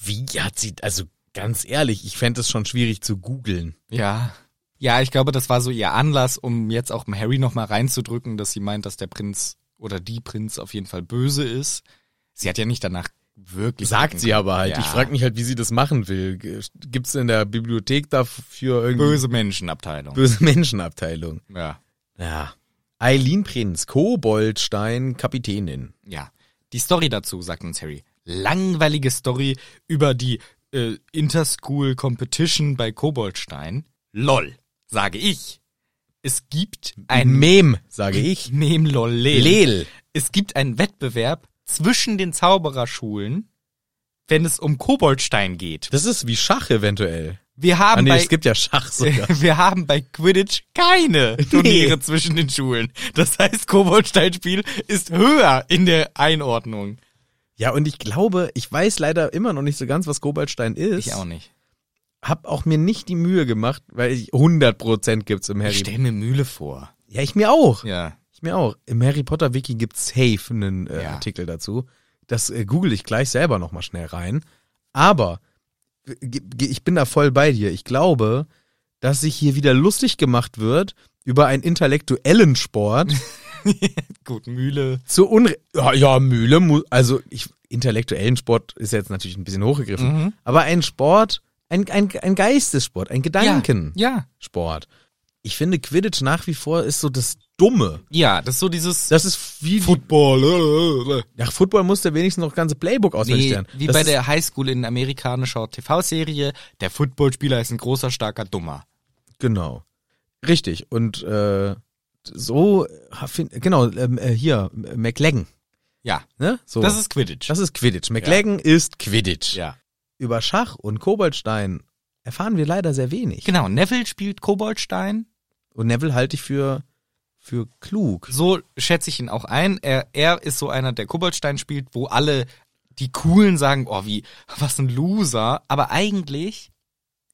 S1: Wie hat sie, also ganz ehrlich, ich fände es schon schwierig zu googeln.
S2: Ja. Ja, ich glaube, das war so ihr Anlass, um jetzt auch dem Harry nochmal reinzudrücken, dass sie meint, dass der Prinz oder die Prinz auf jeden Fall böse ist. Sie hat ja nicht danach wirklich.
S1: Sagt sie aber halt.
S2: Ja.
S1: Ich frage mich halt, wie sie das machen will. G- Gibt's in der Bibliothek dafür irgendwie
S2: Böse Menschenabteilung.
S1: böse Menschenabteilung?
S2: ja.
S1: Ja. Eileen Prinz, Koboldstein, Kapitänin.
S2: Ja. Die Story dazu, sagt uns Harry. Langweilige Story über die äh, Interschool Competition bei Koboldstein. Lol, sage ich. Es gibt ein
S1: Mem, sage Mhm. ich.
S2: Mem lol lel.
S1: Lel.
S2: Es gibt einen Wettbewerb zwischen den Zaubererschulen, wenn es um Koboldstein geht.
S1: Das ist wie Schach eventuell.
S2: Wir
S1: Ah
S2: haben
S1: nee,
S2: bei
S1: es gibt ja Schach sogar.
S2: wir haben bei Quidditch keine Turniere zwischen den Schulen. Das heißt, Koboldsteinspiel ist höher in der Einordnung.
S1: ja, und ich glaube, ich weiß leider immer noch nicht so ganz, was Koboldstein ist.
S2: Ich auch nicht.
S1: Hab auch mir nicht die Mühe gemacht, weil ich 100% gibt's im
S2: Ich
S1: Harry.
S2: stell mir Mühle vor.
S1: Ja, ich mir auch.
S2: Ja.
S1: Ich mir auch. Im Harry Potter Wiki gibt's safe einen äh,
S2: Ja.
S1: Artikel dazu. Das äh, google ich gleich selber nochmal schnell rein. Aber äh, ge- ge- ich bin da voll bei dir. Ich glaube, dass sich hier wieder lustig gemacht wird über einen intellektuellen Sport
S2: Gut, Mühle.
S1: zu Unre ja, ja, Mühle muss also ich intellektuellen Sport ist jetzt natürlich ein bisschen hochgegriffen,
S2: Mhm.
S1: aber ein Sport, ein ein, ein Geistessport, ein Gedankensport.
S2: Ja.
S1: Ich finde Quidditch nach wie vor ist so das Dumme.
S2: Ja, das ist so dieses
S1: Das ist wie die
S2: Football.
S1: Nach Football muss der wenigstens noch ganze Playbook auswendig
S2: Nee,
S1: lernen.
S2: wie
S1: Das
S2: bei
S1: ist,
S2: der Highschool in amerikanischer TV-Serie. Der Footballspieler ist ein großer, starker Dummer.
S1: Genau. Richtig. Und äh, so, ha, fin- genau, ähm, äh, hier, äh, McLaggen.
S2: Ja.
S1: Ne? So.
S2: Das ist Quidditch.
S1: das ist Quidditch. McLaggen ist Quidditch.
S2: ja.
S1: Über Schach und Koboldstein erfahren wir leider sehr wenig.
S2: Genau, Neville spielt Koboldstein.
S1: Und Neville halte ich für, für klug.
S2: So schätze ich ihn auch ein. Er, er ist so einer, der Koboldstein spielt, wo alle die Coolen sagen, oh, wie, was ein Loser. Aber eigentlich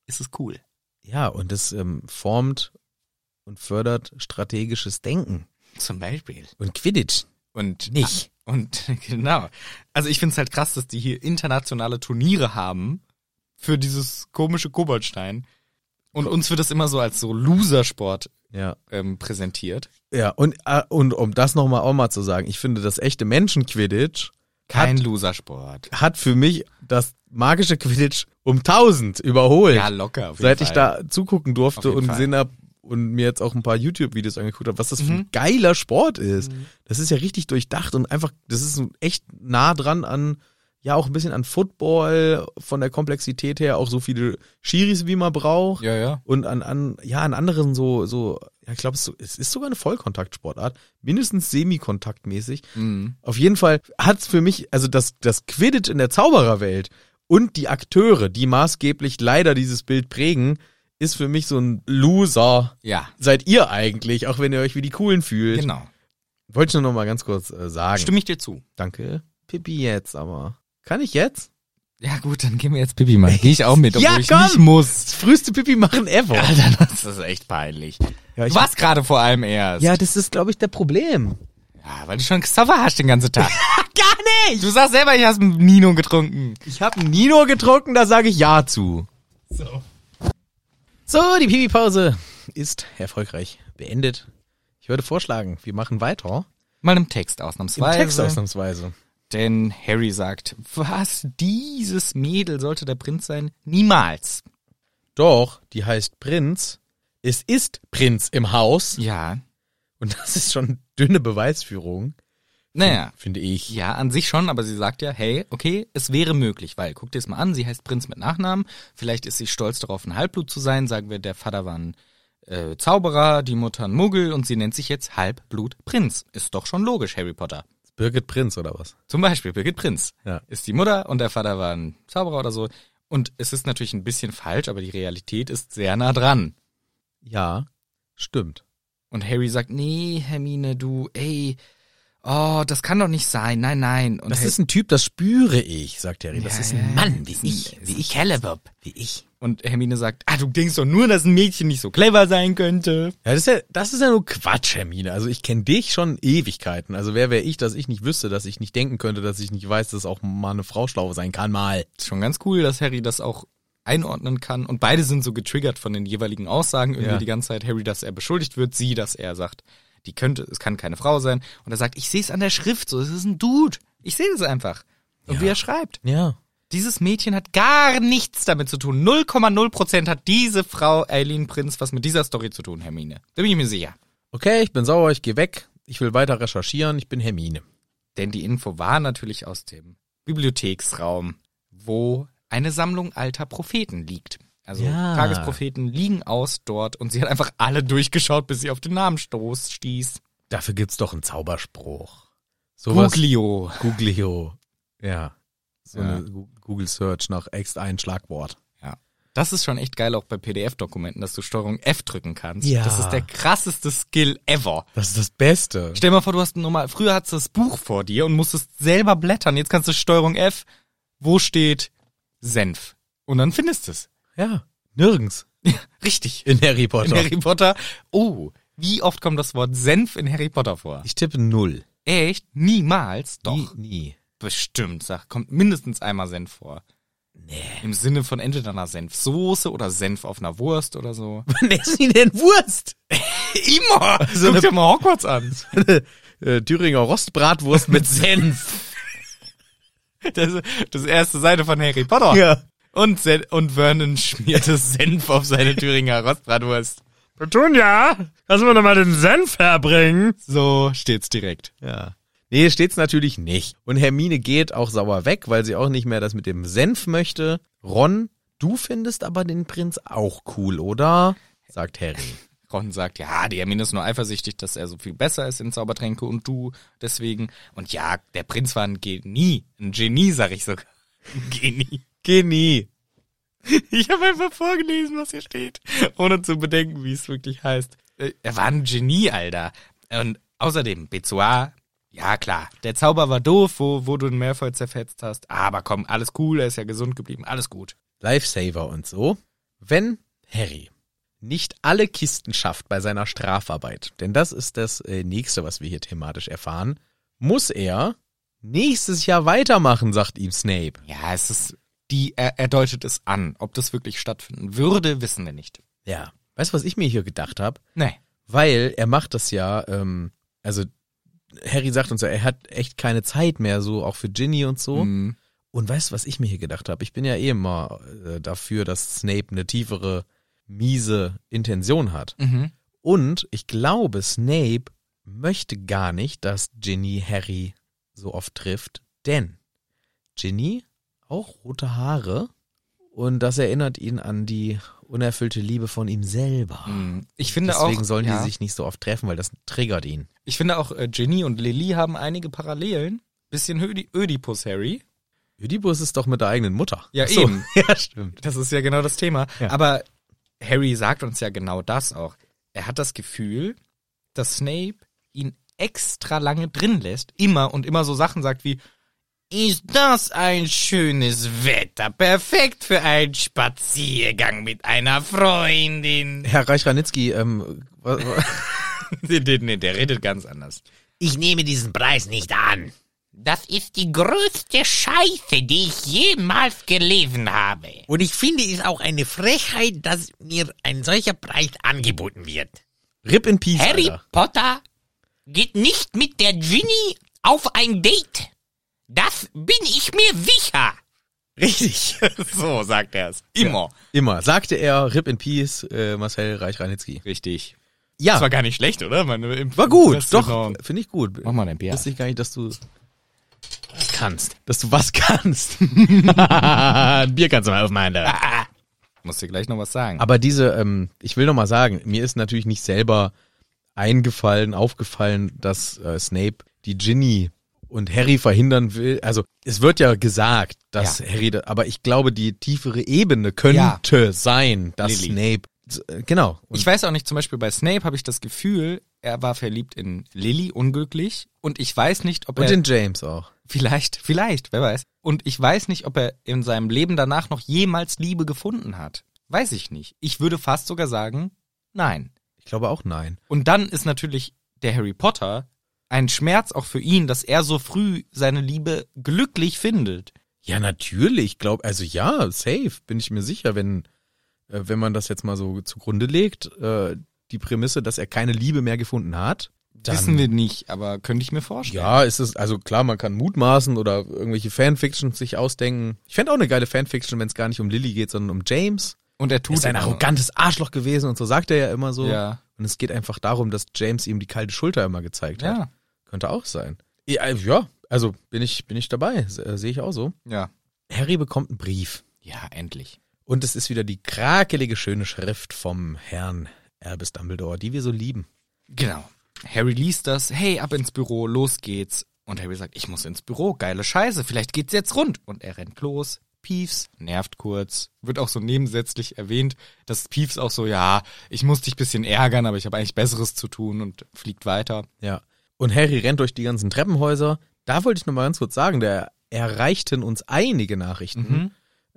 S2: ist es cool.
S1: Ja, und es ähm, formt und fördert strategisches Denken.
S2: Zum Beispiel.
S1: Und Quidditch
S2: Und
S1: nicht.
S2: Und genau. Also ich finde es halt krass, dass die hier internationale Turniere haben für dieses komische Koboldstein. Und uns wird das immer so als so Losersport
S1: Ja.
S2: ähm, präsentiert.
S1: Ja, und, äh, und um das nochmal auch mal zu sagen, ich finde, das echte Menschen-Quidditch
S2: Kein Losersport.
S1: hat für mich das magische Quidditch um 1000 überholt.
S2: Ja, locker. Auf jeden
S1: seit ich
S2: Fall.
S1: da zugucken
S2: Auf
S1: durfte
S2: jeden
S1: und
S2: Fall.
S1: gesehen habe und mir jetzt auch ein paar YouTube-Videos angeguckt habe, was das für ein
S2: Mhm.
S1: geiler Sport ist. Das ist ja richtig durchdacht und einfach, das ist so echt nah dran an, ja, auch ein bisschen an Football, von der Komplexität her, auch so viele Schiris, wie man braucht.
S2: Ja, ja.
S1: Und an, an, ja, an anderen so, so, ja, ich glaube, es, so, es ist sogar eine Vollkontaktsportart, mindestens semikontaktmäßig.
S2: Mhm.
S1: Auf jeden Fall hat's für mich, also das, das Quidditch in der Zaubererwelt und die Akteure, die maßgeblich leider dieses Bild prägen, ist für mich so ein Loser.
S2: Ja,
S1: Seid ihr eigentlich, auch wenn ihr euch wie die Coolen fühlt.
S2: genau.
S1: Wollte ich nur noch mal ganz kurz äh, sagen.
S2: Stimme ich dir zu.
S1: Danke. Pippi jetzt aber. Kann ich jetzt?
S2: Ja gut, dann gehen wir jetzt Bibi mal. Gehe ich auch mit, obwohl
S1: Ja,
S2: ich
S1: komm!
S2: nicht muss.
S1: Das früheste Pippi machen ever.
S2: Alter, das ist echt peinlich.
S1: Ja,
S2: Du warst gerade vor allem erst.
S1: ja das ist, glaube ich, der Problem.
S2: Ja, weil du schon Xaver hast den ganzen Tag.
S1: Gar nicht!
S2: Du sagst selber, ich habe Nino getrunken.
S1: Ich habe Nino getrunken, da sage ich Ja zu.
S2: So.
S1: So, die Pipi-Pause ist erfolgreich beendet. Ich würde vorschlagen, wir machen weiter.
S2: Mal im Text
S1: Im
S2: ausnahmsweise.
S1: Text ausnahmsweise.
S2: Denn Harry sagt, was, dieses Mädel sollte der Prinz sein? Niemals.
S1: Doch, die heißt Prinz. Es ist Prinz im Haus.
S2: Ja.
S1: Und das ist schon dünne Beweisführung,
S2: Naja.
S1: finde ich.
S2: Ja, an sich schon, aber sie sagt ja, hey, okay, es wäre möglich, weil, guck dir es mal an, sie heißt Prinz mit Nachnamen, vielleicht ist sie stolz darauf, ein Halbblut zu sein, sagen wir, der Vater war ein äh, Zauberer, die Mutter ein Muggel und sie nennt sich jetzt Halbblutprinz. Ist doch schon logisch, Harry Potter.
S1: Birgit Prinz oder was?
S2: Zum Beispiel Birgit Prinz
S1: Ja.
S2: ist die Mutter und der Vater war ein Zauberer oder so. Und es ist natürlich ein bisschen falsch, aber die Realität ist sehr nah dran.
S1: Ja, stimmt.
S2: Und Harry sagt, nee, Hermine, du, ey, oh, das kann doch nicht sein, nein, nein. Und
S1: Das
S2: Harry-
S1: ist ein Typ, das spüre ich, sagt Harry. Das
S2: Ja,
S1: ist
S2: ja,
S1: ein
S2: ja.
S1: Mann wie
S2: Das ist
S1: ich,
S2: ein-
S1: wie ich,
S2: Calibop.
S1: wie ich.
S2: Und Hermine sagt, ah, du denkst doch nur, dass ein Mädchen nicht so clever sein könnte.
S1: Ja, das ist ja, das ist ja nur Quatsch, Hermine. Also ich kenne dich schon Ewigkeiten. Also wer wäre ich, dass ich nicht wüsste, dass ich nicht denken könnte, dass ich nicht weiß, dass auch mal eine Frau schlau sein kann, mal.
S2: Ist schon ganz cool, dass Harry das auch einordnen kann. Und beide sind so getriggert von den jeweiligen Aussagen. Irgendwie
S1: Ja.
S2: die ganze Zeit Harry, dass er beschuldigt wird, sie, dass er sagt, die könnte, es kann keine Frau sein. Und er sagt, ich sehe es an der Schrift, so, es ist ein Dude. Ich sehe das einfach. Und wie er schreibt.
S1: Ja.
S2: Dieses Mädchen hat gar nichts damit zu tun. 0,0 Prozent hat diese Frau Eileen Prinz was mit dieser Story zu tun, Hermine. Da bin ich mir sicher.
S1: Okay, ich bin sauer, ich gehe weg. Ich will weiter recherchieren, ich bin Hermine.
S2: Denn die Info war natürlich aus dem Bibliotheksraum, wo eine Sammlung alter Propheten liegt. Also
S1: Ja.
S2: Tagespropheten liegen aus dort und sie hat einfach alle durchgeschaut, bis sie auf den Namen stoß, stieß.
S1: Dafür gibt's doch einen Zauberspruch. Sowas-
S2: Guglio.
S1: Googleo. Ja. So
S2: Ja.
S1: eine Gu- Google Search nach ext ein Schlagwort.
S2: Ja. Das ist schon echt geil auch bei PDF-Dokumenten, dass du Steuerung F drücken kannst.
S1: Ja.
S2: Das ist der krasseste Skill ever.
S1: Das ist das Beste.
S2: Stell dir mal vor, du hast normal, früher hattest du das Buch vor dir und musstest selber blättern. Jetzt kannst du Steuerung F, wo steht Senf. Und dann findest du es.
S1: Ja. Nirgends.
S2: Ja, richtig.
S1: In Harry
S2: in
S1: Potter.
S2: Harry Potter. Oh, wie oft kommt das Wort Senf in Harry Potter vor?
S1: ich tippe null.
S2: Echt? Niemals? Doch.
S1: Nie.
S2: Bestimmt. Sag, kommt mindestens einmal Senf vor. Nee. Im Sinne von entweder einer Senfsoße oder Senf auf einer Wurst oder so.
S1: Wann essen die denn Wurst?
S2: Immer!
S1: So
S2: Guck
S1: eine-
S2: dir mal Hogwarts an.
S1: Äh, Thüringer Rostbratwurst mit Senf.
S2: Das, das erste Seite von Harry Potter.
S1: ja.
S2: Und, Sen und Vernon schmierte Senf auf seine Thüringer Rostbratwurst.
S1: Petunia, kannst du mir nochmal den Senf herbringen?
S2: So steht's direkt.
S1: Ja. Nee, steht's natürlich nicht. Und Hermine geht auch sauer weg, weil sie auch nicht mehr das mit dem Senf möchte. Ron, du findest aber den Prinz auch cool, oder? Sagt Harry.
S2: Ron sagt, ja, die Hermine ist nur eifersüchtig, dass er so viel besser ist in Zaubertränke und du deswegen. Und ja, der Prinz war ein Genie. Ein Genie, sag ich sogar. Ein Genie.
S1: Genie.
S2: Ich habe einfach vorgelesen, was hier steht, ohne zu bedenken, wie es wirklich heißt. Äh, Er war ein Genie, Alter. Und außerdem, Bezoar, ja klar, der Zauber war doof, wo, wo du den Malfoy zerfetzt hast. Aber komm, alles cool, er ist ja gesund geblieben, alles gut.
S1: Lifesaver und so. Wenn Harry nicht alle Kisten schafft bei seiner Strafarbeit, denn das ist das äh, nächste, was wir hier thematisch erfahren, muss er nächstes Jahr weitermachen, sagt ihm Snape.
S2: Ja, es ist, die, er, er deutet es an. Ob das wirklich stattfinden würde, wissen wir nicht.
S1: Ja. Weißt du, was ich mir hier gedacht habe?
S2: Nee.
S1: Weil er macht das ja, ähm, also Harry sagt uns ja, er hat echt keine Zeit mehr, so auch für Ginny und so.
S2: Mhm.
S1: Und weißt du, was ich mir hier gedacht habe? Ich bin ja eh immer äh, dafür, dass Snape eine tiefere, miese Intention hat.
S2: Mhm.
S1: Und ich glaube, Snape möchte gar nicht, dass Ginny Harry so oft trifft, denn Ginny auch rote Haare und das erinnert ihn an die unerfüllte Liebe von ihm selber.
S2: Mhm. Ich finde
S1: Deswegen
S2: auch,
S1: sollen
S2: ja.
S1: die sich nicht so oft treffen, weil das triggert ihn.
S2: Ich finde auch, äh, Ginny und Lily haben einige Parallelen. Bisschen Ödi Ödipus, Harry.
S1: Ödipus ist doch mit der eigenen Mutter.
S2: Ja,
S1: Ach so.
S2: eben.
S1: Ja, stimmt.
S2: Das ist ja genau das Thema.
S1: Ja.
S2: Aber Harry sagt uns ja genau das auch. Er hat das Gefühl, dass Snape ihn extra lange drin lässt, immer und immer so Sachen sagt wie ist das ein schönes Wetter, perfekt für einen Spaziergang mit einer Freundin.
S1: Herr Reich-Ranitzky, ähm, wa- wa-
S2: nee, nee, nee, der redet ganz anders.
S4: Ich nehme diesen Preis nicht an.
S5: Das ist die größte Scheiße, die ich jemals gelesen habe.
S4: Und ich finde es auch eine Frechheit, dass mir ein solcher Preis angeboten wird.
S1: Rip in Peace,
S5: Harry
S1: Alter.
S5: Potter geht nicht mit der Ginny auf ein Date. Das bin ich mir sicher.
S1: Richtig.
S2: so sagt er es. Immer.
S1: Immer. Sagte er, Rip in Peace, äh, Marcel Reich-Ranitzky.
S2: Richtig.
S1: Ja.
S2: Das war gar nicht schlecht, oder? Meine, im-
S1: War gut,
S2: Mhm, das genau.
S1: doch,
S2: Saison.
S1: finde ich gut.
S2: Mach mal dein Bier.
S1: Wusste ich gar nicht, dass du kannst. Dass du was kannst. Bier kannst du mal aufmachen. Da.
S2: Ah, Muss dir gleich noch was sagen.
S1: Aber diese, ähm, ich will noch mal sagen, mir ist natürlich nicht selber eingefallen, aufgefallen, dass äh, Snape die Ginny und Harry verhindern will. Also es wird ja gesagt, dass Harry, da, aber ich glaube, die tiefere Ebene könnte sein, dass
S2: Lily.
S1: Snape, äh, genau. Und
S2: ich weiß auch nicht, zum Beispiel bei Snape habe ich das Gefühl, er war verliebt in Lily, unglücklich. Und ich weiß nicht, ob
S1: und
S2: er.
S1: den James auch.
S2: Vielleicht, vielleicht, wer weiß. Und ich weiß nicht, ob er in seinem Leben danach noch jemals Liebe gefunden hat. Weiß ich nicht. Ich würde fast sogar sagen, nein.
S1: Ich glaube auch nein.
S2: Und dann ist natürlich der Harry Potter ein Schmerz auch für ihn, dass er so früh seine Liebe glücklich findet.
S1: Ja, natürlich, glaub, also ja, safe, bin ich mir sicher, wenn, äh, wenn man das jetzt mal so zugrunde legt, äh, die Prämisse, dass er keine Liebe mehr gefunden hat. Dann,
S2: Wissen wir nicht, aber könnte ich mir vorstellen.
S1: Ja, ist es, also klar, man kann mutmaßen oder irgendwelche Fanfictions sich ausdenken. Ich fänd auch eine geile Fanfiction, wenn es gar nicht um Lilly geht, sondern um James.
S2: Und er tut
S1: Ist ein
S2: immer-
S1: arrogantes Arschloch gewesen und so sagt er ja immer so.
S2: Ja.
S1: Und es geht einfach darum, dass James ihm die kalte Schulter immer gezeigt hat.
S2: Ja,
S1: Könnte auch sein. Ja, äh, Ja, also bin ich, bin ich dabei, Se- äh, sehe ich auch so.
S2: ja.
S1: Harry bekommt einen Brief.
S2: Ja, endlich.
S1: Und es ist wieder die krakelige, schöne Schrift vom Herrn Albus Dumbledore, die wir so lieben.
S2: Genau. Harry liest das, hey, ab ins Büro, los geht's. Und Harry sagt, ich muss ins Büro, geile Scheiße, vielleicht geht's jetzt rund. Und er rennt los. Peeves nervt kurz. Wird auch so nebensätzlich erwähnt, dass Peeves auch so, ja, ich muss dich bisschen ärgern, aber ich habe eigentlich Besseres zu tun und fliegt weiter.
S1: Ja. Und Harry rennt durch die ganzen Treppenhäuser. Da wollte ich noch mal ganz kurz sagen, da erreichten uns einige Nachrichten,
S2: Mhm.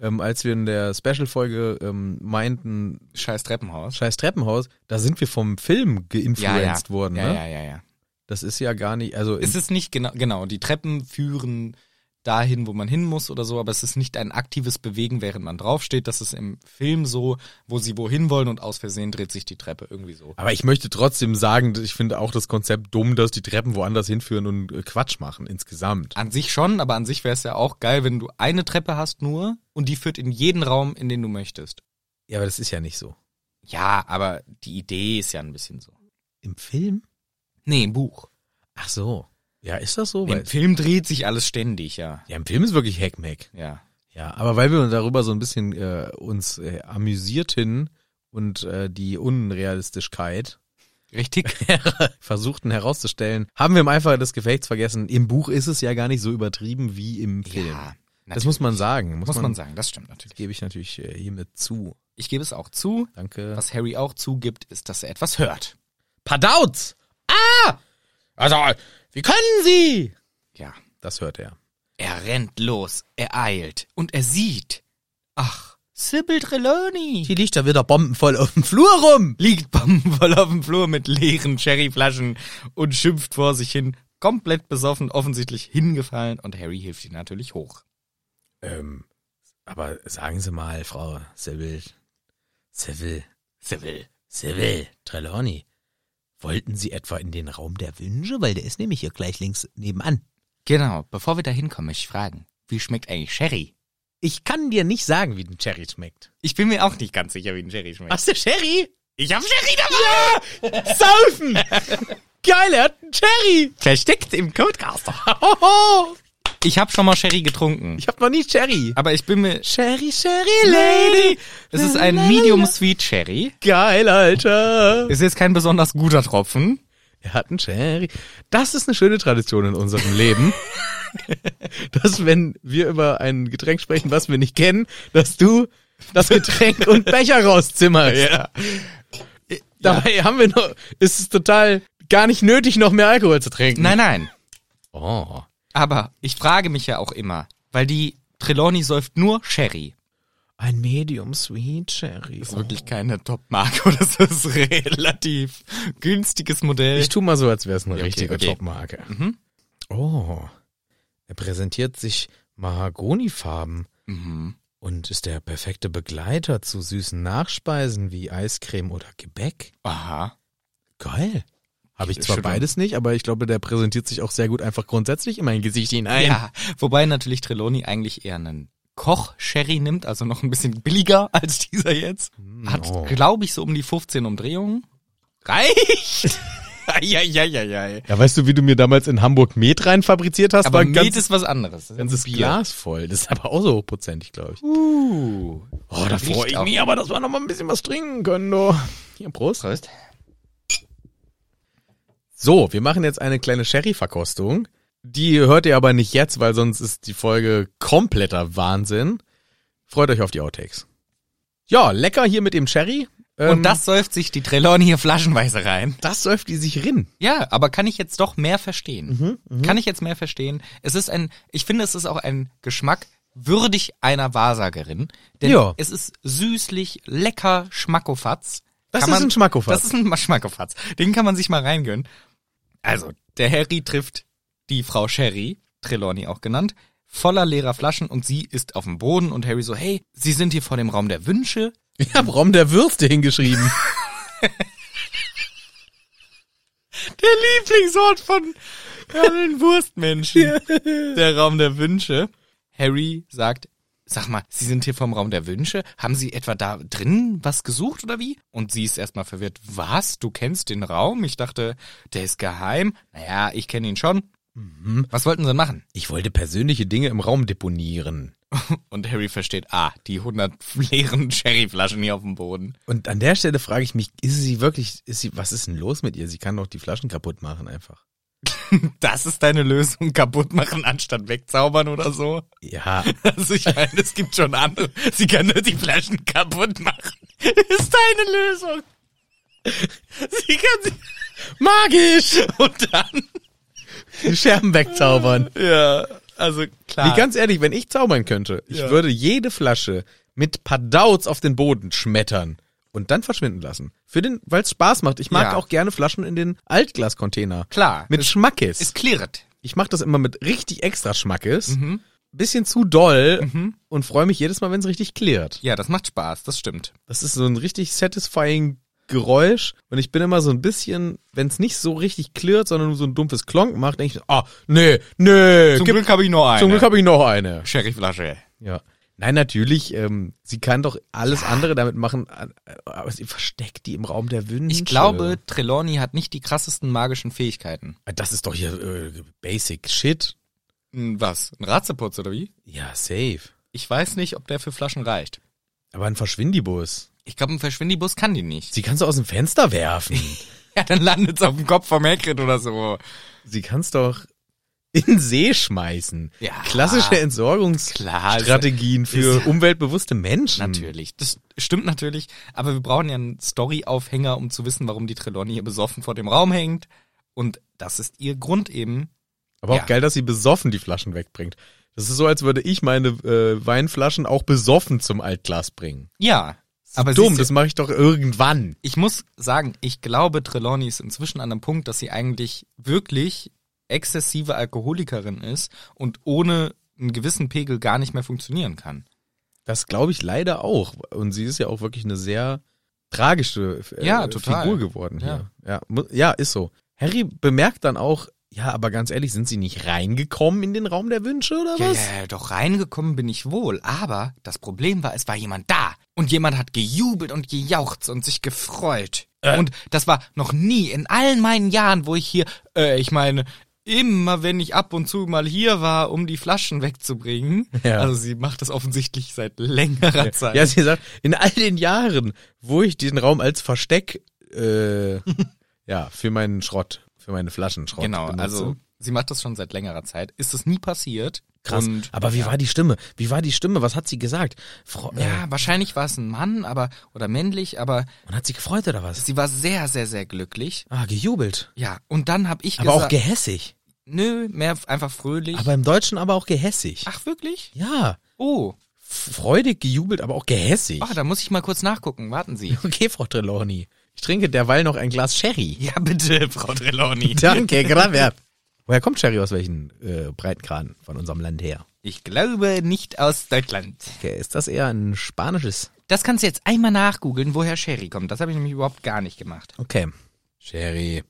S1: ähm, als wir in der Special-Folge ähm, meinten,
S2: Scheiß Treppenhaus.
S1: scheiß Treppenhaus, da sind wir vom Film geinfluenced worden.
S2: ja,
S1: ne?
S2: ja, ja, ja.
S1: Das ist ja gar nicht, also in,
S2: Es ist nicht genau, genau, die Treppen führen dahin, wo man hin muss oder so, aber es ist nicht ein aktives Bewegen, während man draufsteht. Das ist im Film so, wo sie wohin wollen und aus Versehen dreht sich die Treppe irgendwie so.
S1: aber ich möchte trotzdem sagen, ich finde auch das Konzept dumm, dass die Treppen woanders hinführen und äh, Quatsch machen insgesamt.
S2: An sich schon, aber an sich wäre es ja auch geil, wenn du eine Treppe hast nur und die führt in jeden Raum, in den du möchtest.
S1: Ja, aber das ist ja nicht so.
S2: Ja, aber die Idee ist ja ein bisschen so.
S1: Im Film?
S2: Nee, im Buch.
S1: Ach so. Ja, ist das so?
S2: Nee, Im
S1: Weil,
S2: Film dreht sich alles ständig, ja.
S1: ja, im Film ist wirklich Hackmack.
S2: Ja.
S1: Ja, aber weil wir darüber so ein bisschen äh, uns äh, amüsierten und äh, die Unrealistischkeit
S2: Richtig.
S1: versuchten herauszustellen, haben wir im Eifer des Gefechts vergessen, im Buch ist es ja gar nicht so übertrieben wie im Film.
S2: ja.
S1: Das muss man sagen.
S2: Muss man sagen, das stimmt natürlich.
S1: Gebe ich natürlich äh, hiermit zu.
S2: Ich gebe es auch zu.
S1: Danke.
S2: Was Harry auch zugibt, ist, dass er etwas hört.
S1: Padauz! Ah! Also, wie können Sie?
S2: Ja.
S1: Das hört er.
S2: Er rennt los, er eilt und er sieht. Ach, Sybil Trelawney
S1: Die liegt da wieder bombenvoll auf dem Flur rum.
S2: liegt bombenvoll auf dem Flur mit leeren Sherryflaschen und schimpft vor sich hin, komplett besoffen, offensichtlich hingefallen und Harry hilft ihr natürlich hoch.
S1: Ähm, aber sagen Sie mal, Frau Seville, Seville,
S2: Sybil.
S1: Seville, Trelawney, wollten Sie etwa in den Raum der Wünsche? Weil der ist nämlich hier gleich links nebenan.
S2: Genau, bevor wir da hinkommen, möchte ich fragen, wie schmeckt eigentlich Sherry?
S1: Ich kann dir nicht sagen, wie ein Cherry schmeckt.
S2: Ich bin mir auch nicht ganz sicher, wie ein Sherry schmeckt.
S1: Hast du Sherry?
S2: Ich hab Sherry dabei!
S1: Saufen! Geil, er hat einen Cherry!
S2: Versteckt im Codecaster.
S1: Hoho!
S2: Ich hab schon mal Sherry getrunken.
S1: Ich hab noch nie Cherry.
S2: Aber ich bin mir.
S1: Sherry, Sherry Lady!
S2: Es ist ein Medium Sweet Sherry.
S1: Geil, Alter!
S2: Es ist kein besonders guter Tropfen.
S1: Er hat einen Cherry. Das ist eine schöne Tradition in unserem Leben. dass wenn wir über ein Getränk sprechen, was wir nicht kennen, dass du das Getränk und Becher rauszimmerst. Äh,
S2: Ja.
S1: Dabei haben wir noch, ist es total gar nicht nötig, noch mehr Alkohol zu trinken.
S2: Nein, nein.
S1: Oh.
S2: Aber ich frage mich ja auch immer, weil die Trelawney säuft nur Sherry.
S1: Ein Medium Sweet Cherry.
S2: Ist wirklich keine Top-Marke oder so. Ist relativ günstiges Modell.
S1: Ich tu mal so, als wäre es eine
S2: Okay,
S1: richtige
S2: okay. Mhm.
S1: Topmarke. Oh. Er präsentiert sich Mahagonifarben
S2: Mhm.
S1: und ist der perfekte Begleiter zu süßen Nachspeisen wie Eiscreme oder Gebäck.
S2: Aha.
S1: Geil. Habe ich
S2: Ist
S1: zwar
S2: schon-
S1: beides nicht, aber ich glaube, der präsentiert sich auch sehr gut einfach grundsätzlich in mein Gesicht hinein.
S2: Ja. Wobei natürlich Trelawney eigentlich eher einen Koch-Sherry nimmt, also noch ein bisschen billiger als dieser jetzt. Hat,
S1: Oh.
S2: glaube ich, so um die 15 Umdrehungen. Reicht! Eieieiei.
S1: Ja, weißt du, wie du mir damals in Hamburg Met rein fabriziert hast? War
S2: Aber
S1: ein
S2: Met
S1: ganz,
S2: ist was anderes. Das ist
S1: ganzes
S2: Bier.
S1: Glas voll. Das ist aber auch so hochprozentig, glaube ich.
S2: Uh.
S1: Oh, da freue ich
S2: auch.
S1: mich aber, dass wir noch mal ein bisschen was trinken können, du. Hier, Prost.
S2: Prost.
S1: So, wir machen jetzt eine kleine Sherry-Verkostung. Die hört ihr aber nicht jetzt, weil sonst ist die Folge kompletter Wahnsinn. Freut euch auf die Outtakes. Ja, lecker hier mit dem Sherry. Ähm,
S2: Und das säuft sich die Trelawney hier flaschenweise rein.
S1: das säuft die sich rin.
S2: Ja, aber kann ich jetzt doch mehr verstehen.
S1: Mhm,
S2: Kann ich jetzt mehr verstehen? Es ist ein, ich finde, es ist auch ein Geschmack würdig einer Wahrsagerin. Denn
S1: Ja.
S2: es ist süßlich, lecker, Schmackofatz.
S1: Das
S2: Kann
S1: ist ein Schmackofatz.
S2: Das ist ein Schmackofatz. Den kann man sich mal reingönnen. Also, der Harry trifft die Frau Sherry, Trelawney auch genannt, voller leerer Flaschen und sie ist auf dem Boden und Harry so, hey, Sie sind hier vor dem Raum der Wünsche.
S1: Ich hab Rom der Würste hingeschrieben.
S2: Der Lieblingsort von allen Wurstmenschen. Der Raum der Wünsche. Harry sagt, sag mal, Sie sind hier vom Raum der Wünsche? Haben Sie etwa da drin was gesucht oder wie? Und sie ist erstmal verwirrt. Was? Du kennst den Raum? Ich dachte, der ist geheim. Naja, ich kenne ihn schon. Was wollten sie denn machen?
S1: Ich wollte persönliche Dinge im Raum deponieren.
S2: Und Harry versteht, ah, die 100 leeren Sherryflaschen hier auf dem Boden.
S1: Und an der Stelle frage ich mich, ist sie wirklich, ist sie, was ist denn los mit ihr? Sie kann doch die Flaschen kaputt machen einfach.
S2: Das ist deine Lösung, kaputt machen anstatt wegzaubern oder so.
S1: Ja,
S2: Also ich meine, es gibt schon andere. Sie kann nur die Flaschen kaputt machen. Ist deine Lösung. Sie kann sie
S1: magisch!
S2: und dann.
S1: Die Scherben wegzaubern.
S2: Ja, also klar.
S1: Wie ganz ehrlich, wenn ich zaubern könnte, ich
S2: Ja.
S1: würde jede Flasche mit Padauts auf den Boden schmettern und dann verschwinden lassen. Für den, weil es Spaß macht. Ich mag
S2: Ja.
S1: auch gerne Flaschen in den Altglascontainer.
S2: Klar.
S1: Mit Schmackes.
S2: ist klirrt.
S1: ich mache das immer mit richtig extra Schmackes.
S2: Mhm.
S1: Bisschen zu doll und freue mich jedes Mal, wenn es richtig klirrt.
S2: Ja, das macht Spaß, das stimmt.
S1: Das ist so ein richtig satisfying Geräusch und ich bin immer so ein bisschen, wenn es nicht so richtig klirrt, sondern nur so ein dumpfes Klonk macht, denke ich, ah, nee, nee,
S2: Äh, Zum
S1: gib-
S2: Glück Hm, habe ich nur eine.
S1: zum Glück habe ich noch eine.
S2: Sherryflasche.
S1: Ja. Nein, natürlich, ähm, sie kann doch alles andere damit machen, äh, aber sie versteckt die im Raum der Wünsche.
S2: Ich glaube, Trelawney hat nicht die krassesten magischen Fähigkeiten.
S1: Ah, Das ist doch hier äh, basic shit.
S2: Hm, Was? Ein Ratzeputz oder wie?
S1: Ja, safe.
S2: Ich weiß nicht, ob der für Flaschen reicht.
S1: Aber ein Verschwindibus.
S2: Ich glaube, ein Verschwindibus kann die nicht.
S1: Sie kannst du aus dem Fenster werfen.
S2: Ja, dann landet's auf dem Kopf vom Hagrid oder so.
S1: sie kannst doch in den See schmeißen.
S2: Ja.
S1: Klassische
S2: Klar, ist-
S1: Entsorgungsstrategien für
S2: ist-
S1: umweltbewusste Menschen.
S2: Natürlich. Das stimmt natürlich. Aber wir brauchen ja einen Story-Aufhänger, um zu wissen, warum die Trelawney hier besoffen vor dem Raum hängt. Und das ist ihr Grund eben.
S1: Aber auch
S2: Ja.
S1: geil, dass sie besoffen die Flaschen wegbringt. Das ist so, als würde ich meine äh, Weinflaschen auch besoffen zum Altglas bringen.
S2: Ja. Aber
S1: Dumm,
S2: siehst du,
S1: das mache ich doch irgendwann.
S2: ich muss sagen, ich glaube, Trelawney ist inzwischen an dem Punkt, dass sie eigentlich wirklich exzessive Alkoholikerin ist und ohne einen gewissen Pegel gar nicht mehr funktionieren kann.
S1: Das glaube ich leider auch. Und sie ist ja auch wirklich eine sehr tragische äh,
S2: Ja, total.
S1: Figur geworden hier. Ja. mu- ja, ist so. Harry bemerkt dann auch, ja, aber ganz ehrlich, sind sie nicht reingekommen in den Raum der Wünsche oder
S2: Ja,
S1: was?
S2: ja, ja, doch reingekommen bin ich wohl, aber das Problem war, es war jemand da und jemand hat gejubelt und gejauchzt und sich gefreut.
S1: Äh.
S2: Und das war noch nie in allen meinen Jahren, wo ich hier, äh, ich meine, immer wenn ich ab und zu mal hier war, um die Flaschen wegzubringen.
S1: Ja.
S2: Also sie macht das offensichtlich seit längerer Zeit.
S1: Ja, sie sagt, in all den Jahren, wo ich diesen Raum als Versteck, äh, ja, für meinen Schrott, für meine Flaschenschrott.
S2: genau,
S1: benutze.
S2: also sie macht das schon seit längerer Zeit. Ist es nie passiert?
S1: Krass.
S2: Und,
S1: aber wie war die Stimme? Wie war die Stimme? Was hat sie gesagt? Fro äh,
S2: ja, wahrscheinlich war es ein Mann, aber oder männlich, aber
S1: und hat sie gefreut oder was?
S2: sie war sehr, sehr, sehr glücklich.
S1: Ah, gejubelt.
S2: Ja, und dann hab ich
S1: Aber auch
S2: gesagt,
S1: gehässig.
S2: nö, mehr f- einfach fröhlich.
S1: Aber im Deutschen aber auch gehässig.
S2: Ach wirklich?
S1: Ja.
S2: Oh,
S1: F- Freudig gejubelt, aber auch gehässig.
S2: ach, da muss ich mal kurz nachgucken. Warten Sie.
S1: Okay, Frau Trelawney. Ich trinke derweil noch ein Glas Sherry.
S2: Ja, bitte, Frau Trelawney.
S1: Danke, Graver. Woher kommt Sherry aus welchen äh, Breitengraden von unserem Land her?
S2: Ich glaube nicht aus Deutschland.
S1: Okay, ist das eher ein spanisches?
S2: Das kannst du jetzt einmal nachgoogeln, woher Sherry kommt. Das habe ich nämlich überhaupt gar nicht gemacht.
S1: Okay. Sherry.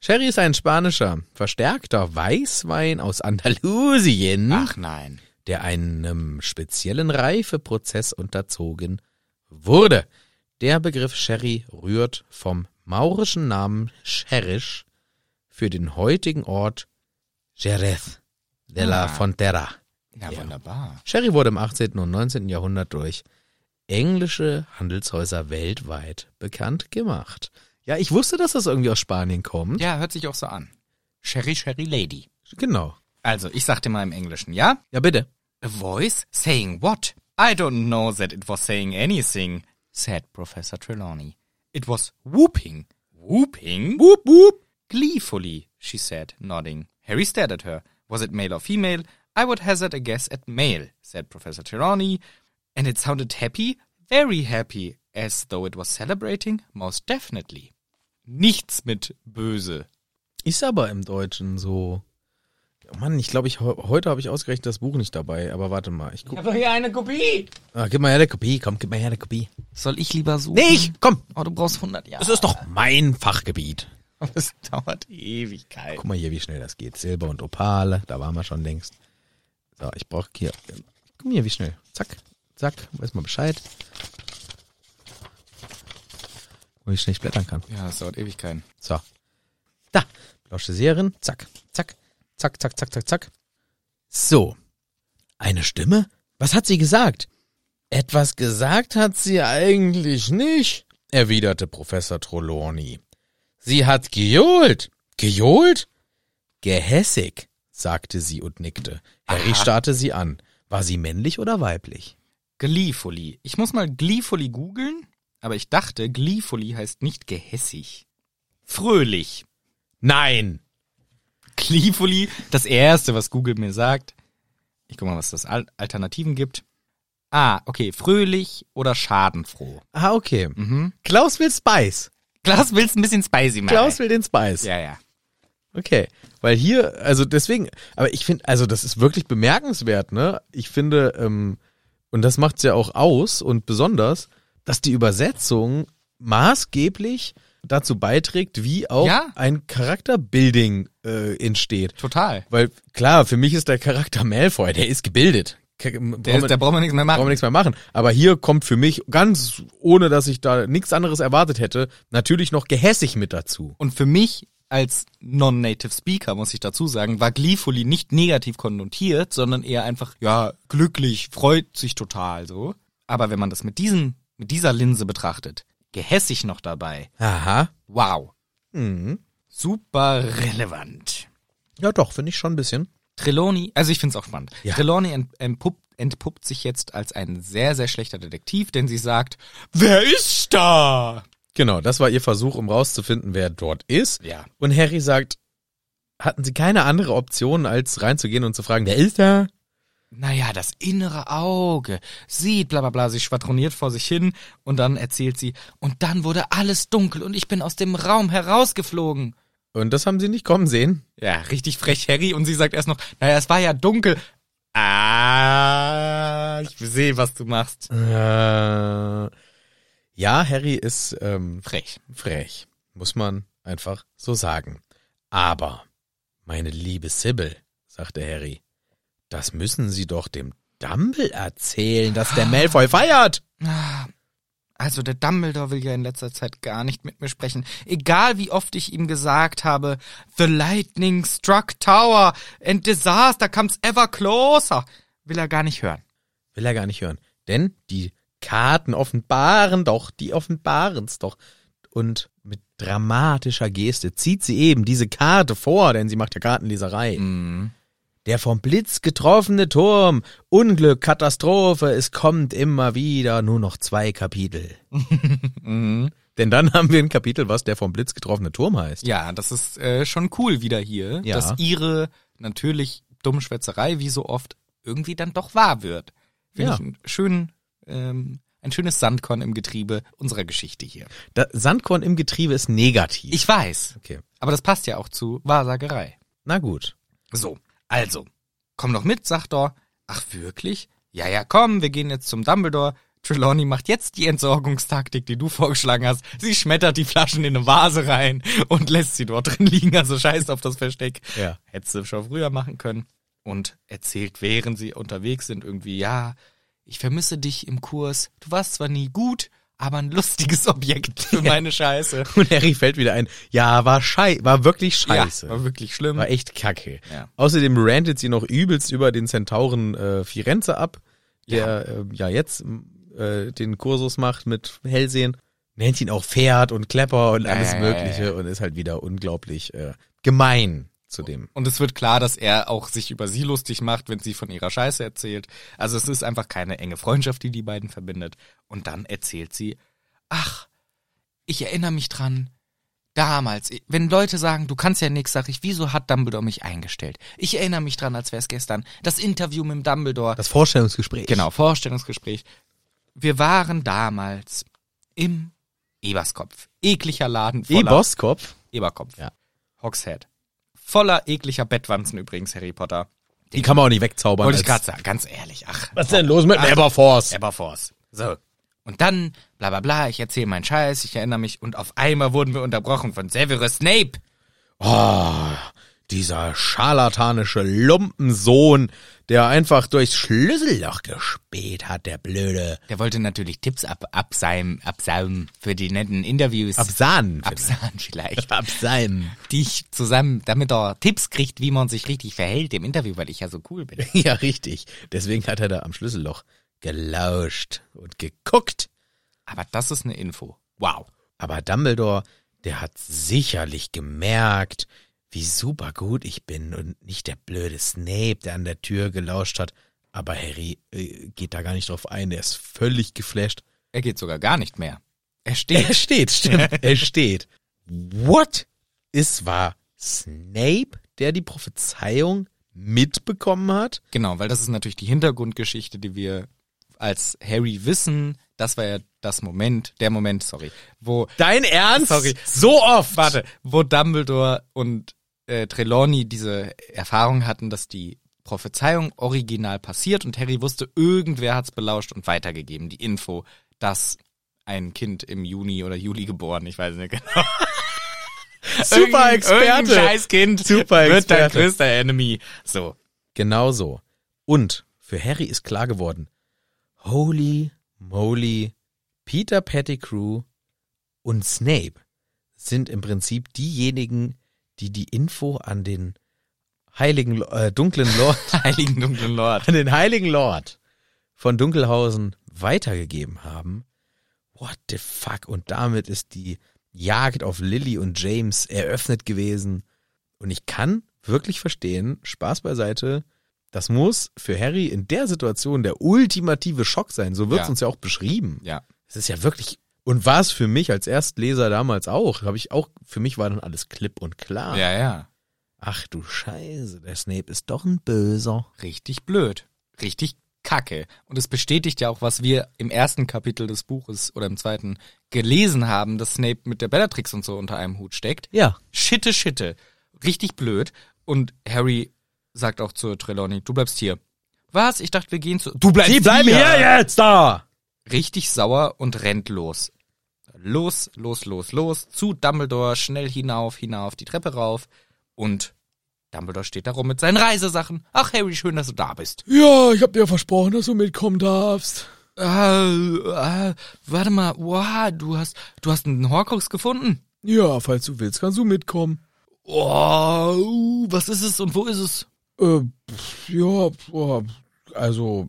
S1: Sherry ist ein spanischer, verstärkter Weißwein aus
S2: Hm?
S1: Andalusien,
S2: nein.
S1: der einem speziellen Reifeprozess unterzogen wurde. Der Begriff Sherry rührt vom maurischen Namen Sherish für den heutigen Ort Jerez de la
S2: Ah.
S1: Fontera.
S2: Na
S1: Ja.
S2: wunderbar.
S1: Sherry wurde im 18. und 19. Jahrhundert durch englische Handelshäuser weltweit bekannt gemacht. Ja, ich wusste, dass das irgendwie aus Spanien kommt.
S2: Ja, hört sich auch so an. Sherry, Sherry Lady.
S1: Genau.
S2: Also, ich sag dir mal im Englischen, ja?
S1: Ja, bitte.
S2: A voice saying what? I don't know that it was saying anything, said Professor Trelawney. It was whooping. Whooping?
S1: Wup, wup.
S2: Gleefully, she said, nodding. Harry stared at her. Was it male or female? I would hazard a guess at male, said Professor Trelawney. And it sounded happy, very happy, as though it was celebrating, most definitely. Nichts mit böse.
S1: Ist aber im Deutschen so. Oh Mann, ich glaube, ich, he- heute habe ich ausgerechnet das Buch nicht dabei, aber warte mal. Ich guck.
S5: Ich habe hier eine Kopie.
S1: Ah, gib mal her eine Kopie, komm, gib mal her eine Kopie.
S2: Soll ich lieber suchen?
S1: Nee, ich, komm,
S2: Oh, du brauchst 100 Jahre.
S1: das ist doch mein Fachgebiet.
S2: Es dauert Ewigkeit.
S1: Guck mal hier, wie schnell das geht. Silber und Opale, da waren wir schon längst. So, ich brauche hier. Guck mal hier, wie schnell. Zack, zack, weiß mal Bescheid. Wo ich schlecht blättern kann.
S2: Ja, es dauert Ewigkeiten.
S1: So. Da, blausche Seherin. Zack, zack, zack, zack, zack, zack, zack. So. Eine Stimme? Was hat sie gesagt? Etwas gesagt hat sie eigentlich nicht, erwiderte Professor Trelawney. Sie hat gejohlt. Gejohlt? Gehässig, sagte sie und nickte. Harry starrte sie an. War sie männlich oder weiblich?
S2: Gleefully. Ich muss mal Gleefully googeln, aber ich dachte, Gleefully heißt nicht gehässig. Fröhlich.
S1: Nein!
S2: Gleefully, das erste, was Google mir sagt. Ich guck mal, was das Al Alternativen gibt. Ah, okay, fröhlich oder schadenfroh.
S1: Ah, okay.
S2: Mhm.
S1: Klaus will Spice.
S2: Klaus will's ein bisschen spicy machen.
S1: Klaus will den Spice.
S2: Ja, ja.
S1: Okay, weil hier, also deswegen, aber ich finde, also das ist wirklich bemerkenswert, ne? Ich finde, ähm, und das macht's ja auch aus und besonders, dass die Übersetzung maßgeblich dazu beiträgt, wie auch
S2: Ja.
S1: ein Charakterbuilding äh, entsteht.
S2: Total.
S1: Weil klar, für mich ist der Charakter Malfoy, der ist gebildet. Ke-
S2: Der ist, da braucht man nichts mehr
S1: brauchen wir
S2: machen.
S1: nichts mehr machen. Aber hier kommt für mich ganz, ohne dass ich da nichts anderes erwartet hätte, natürlich noch gehässig mit dazu.
S2: Und für mich als Non-Native Speaker, muss ich dazu sagen, war Gleefully nicht negativ konnotiert, sondern eher einfach, ja, glücklich, freut sich total so. Aber wenn man das mit diesem, mit dieser Linse betrachtet, gehässig noch dabei,
S1: Aha.
S2: wow,
S1: Mhm.
S2: super relevant.
S1: Ja, doch, finde ich schon ein bisschen.
S2: Trelawney, also ich finde es auch spannend.
S1: Ja.
S2: Trelawney ent, entpuppt, entpuppt sich jetzt als ein sehr, sehr schlechter Detektiv, denn sie sagt, wer ist da?
S1: Genau, das war ihr Versuch, um rauszufinden, wer dort ist.
S2: Ja.
S1: Und Harry sagt, hatten sie keine andere Option, als reinzugehen und zu fragen, wer ist da?
S2: Naja, das innere Auge sieht bla bla bla, sie schwadroniert vor sich hin und dann erzählt sie, und dann wurde alles dunkel und ich bin aus dem Raum herausgeflogen.
S1: Und das haben sie nicht kommen sehen.
S2: Ja, richtig frech Harry und sie sagt erst noch, naja, es war ja dunkel. Ah, ich sehe, was du machst.
S1: Äh, ja, Harry ist ähm,
S2: Frech.
S1: frech, muss man einfach so sagen. Aber, meine liebe Sybil, sagte Harry, das müssen Sie doch dem Dumble erzählen, dass der Malfoy feiert.
S2: Also der Dumbledore will ja in letzter Zeit gar nicht mit mir sprechen. Egal wie oft ich ihm gesagt habe, The lightning struck tower and disaster comes ever closer, will er gar nicht hören.
S1: Will er gar nicht hören. Denn die Karten offenbaren doch, die offenbaren's doch. Und mit dramatischer Geste zieht sie eben diese Karte vor, denn sie macht ja Kartenleserei.
S2: Mhm.
S1: Der vom Blitz getroffene Turm, Unglück, Katastrophe, es kommt immer wieder, nur noch zwei Kapitel. Denn dann haben wir ein Kapitel, was der vom Blitz getroffene Turm heißt.
S2: Mhm. Ja, das ist äh, schon cool wieder hier,
S1: Ja.
S2: dass ihre natürlich dumme Schwätzerei wie so oft irgendwie dann doch wahr wird. Finde
S1: Ja.
S2: ich einen schönen, ähm, ein schönes Sandkorn im Getriebe unserer Geschichte hier.
S1: Da, Sandkorn im Getriebe ist negativ.
S2: Ich weiß,
S1: okay.
S2: aber das passt ja auch zu Wahrsagerei.
S1: Na gut.
S2: So, also, komm doch mit, sagt er. Ach, wirklich? Ja, ja, komm, wir gehen jetzt zum Dumbledore. Trelawney macht jetzt die Entsorgungstaktik, die du vorgeschlagen hast. Sie schmettert die Flaschen in eine Vase rein und lässt sie dort drin liegen, also scheiß auf das Versteck.
S1: Ja.
S2: Hättest du schon früher machen können. Und erzählt, während sie unterwegs sind, irgendwie, ja, ich vermisse dich im Kurs. Du warst zwar nie gut, aber ein lustiges Objekt für meine Scheiße.
S1: Und Harry fällt wieder ein. Ja, war schei war wirklich scheiße.
S2: Ja, war wirklich schlimm.
S1: War echt kacke.
S2: Hm. Ja.
S1: Außerdem rantet sie noch übelst über den Zentauren äh, Firenze ab, der ja, äh, ja jetzt m, äh, den Kursus macht mit Hellsehen. Nennt ihn auch Pferd und Klepper und alles
S2: ja, ja,
S1: Mögliche und ist halt wieder unglaublich äh, gemein zu dem.
S2: Und es wird klar, dass er auch sich über sie lustig macht, wenn sie von ihrer Scheiße erzählt. Also es ist einfach keine enge Freundschaft, die die beiden verbindet. Und dann erzählt sie, ach, ich erinnere mich dran, damals, wenn Leute sagen, du kannst ja nix, sag ich, wieso hat Dumbledore mich eingestellt? Ich erinnere mich dran, als wär's gestern, das Interview mit dem Dumbledore.
S1: Das Vorstellungsgespräch.
S2: Genau, Vorstellungsgespräch. Wir waren damals im Eberskopf. Ekliger Laden voller
S1: E-Bosskopf.
S2: Eberkopf.
S1: Ja.
S2: Hogshead. Voller ekliger Bettwanzen übrigens, Harry Potter.
S1: Die kann man auch nicht wegzaubern.
S2: Wollte ich
S1: als-
S2: gerade sagen, ganz ehrlich. Ach,
S1: Was ist denn los mit Aberforce?
S2: Aberforce. So. Und dann, bla bla bla, ich erzähle meinen Scheiß, ich erinnere mich, und auf einmal wurden wir unterbrochen von Severus Snape.
S1: Oh, dieser scharlatanische Lumpensohn, der einfach durchs Schlüsselloch gespäht hat, der Blöde.
S2: Der wollte natürlich Tipps ab, abseimen, absaumen für die netten Interviews.
S1: Absan.
S2: Absahen vielleicht.
S1: Absalm.
S2: Die ich zusammen, damit er Tipps kriegt, wie man sich richtig verhält im Interview, weil ich ja so cool bin.
S1: Ja, richtig. Deswegen hat er da am Schlüsselloch gelauscht und geguckt.
S2: Aber das ist eine Info. Wow.
S1: Aber Dumbledore, der hat sicherlich gemerkt, wie super gut ich bin und nicht der blöde Snape, der an der Tür gelauscht hat. Aber Harry äh, geht da gar nicht drauf ein. Er ist völlig geflasht.
S2: Er geht sogar gar nicht mehr. Er steht.
S1: Er steht, stimmt. er steht. What? Es war Snape, der die Prophezeiung mitbekommen hat?
S2: Genau, weil das ist natürlich die Hintergrundgeschichte, die wir als Harry wissen. Das war ja das Moment, der Moment, sorry, wo,
S1: Dein Ernst?
S2: Sorry.
S1: So oft.
S2: warte, wo Dumbledore und äh, Trelawney diese Erfahrung hatten, dass die Prophezeiung original passiert und Harry wusste, irgendwer hat's belauscht und weitergegeben, die Info, dass ein Kind im Juni oder Juli geboren, ich weiß nicht genau.
S1: Super
S2: Irgendein
S1: Experte.
S2: Scheißkind
S1: Super
S2: wird dein
S1: Experte.
S2: größter Enemy. So.
S1: Genau so. Und für Harry ist klar geworden, holy moly, Peter Pettigrew und Snape sind im Prinzip diejenigen, die die Info an den heiligen, äh, dunklen Lord
S2: Heiligen dunklen Lord.
S1: an den heiligen Lord von Dunkelhausen weitergegeben haben. What the fuck? Und damit ist die Jagd auf Lily und James eröffnet gewesen. Und ich kann wirklich verstehen, Spaß beiseite, das muss für Harry in der Situation der ultimative Schock sein. So wird es
S2: Ja.
S1: uns ja auch beschrieben.
S2: Ja.
S1: Es ist ja wirklich. Und war es für mich als Erstleser damals auch, habe ich auch, für mich war dann alles klipp und klar.
S2: Ja, ja.
S1: Ach du Scheiße, der Snape ist doch ein Böser.
S2: Richtig blöd. Richtig kacke. Und es bestätigt ja auch, was wir im ersten Kapitel des Buches oder im zweiten gelesen haben, dass Snape mit der Bellatrix und so unter einem Hut steckt.
S1: Ja.
S2: Schitte, Schitte. Richtig blöd. Und Harry sagt auch zu Trelawney, du bleibst hier. Was? Ich dachte, wir gehen zu... Du bleibst
S1: jetzt da!
S2: Richtig sauer und rennt los. Los, los, los, los. Zu Dumbledore, schnell hinauf, hinauf, die Treppe rauf. Und Dumbledore steht da rum mit seinen Reisesachen. Ach, Harry, schön, dass du da bist.
S1: Ja, ich hab dir versprochen, dass du mitkommen darfst.
S2: Ah, ah, warte mal, wow, du hast, du hast einen Horcrux gefunden?
S1: Ja, falls du willst, kannst du mitkommen.
S2: Oh, uh, was ist es und wo ist es?
S1: Äh, pf, ja, boah, also,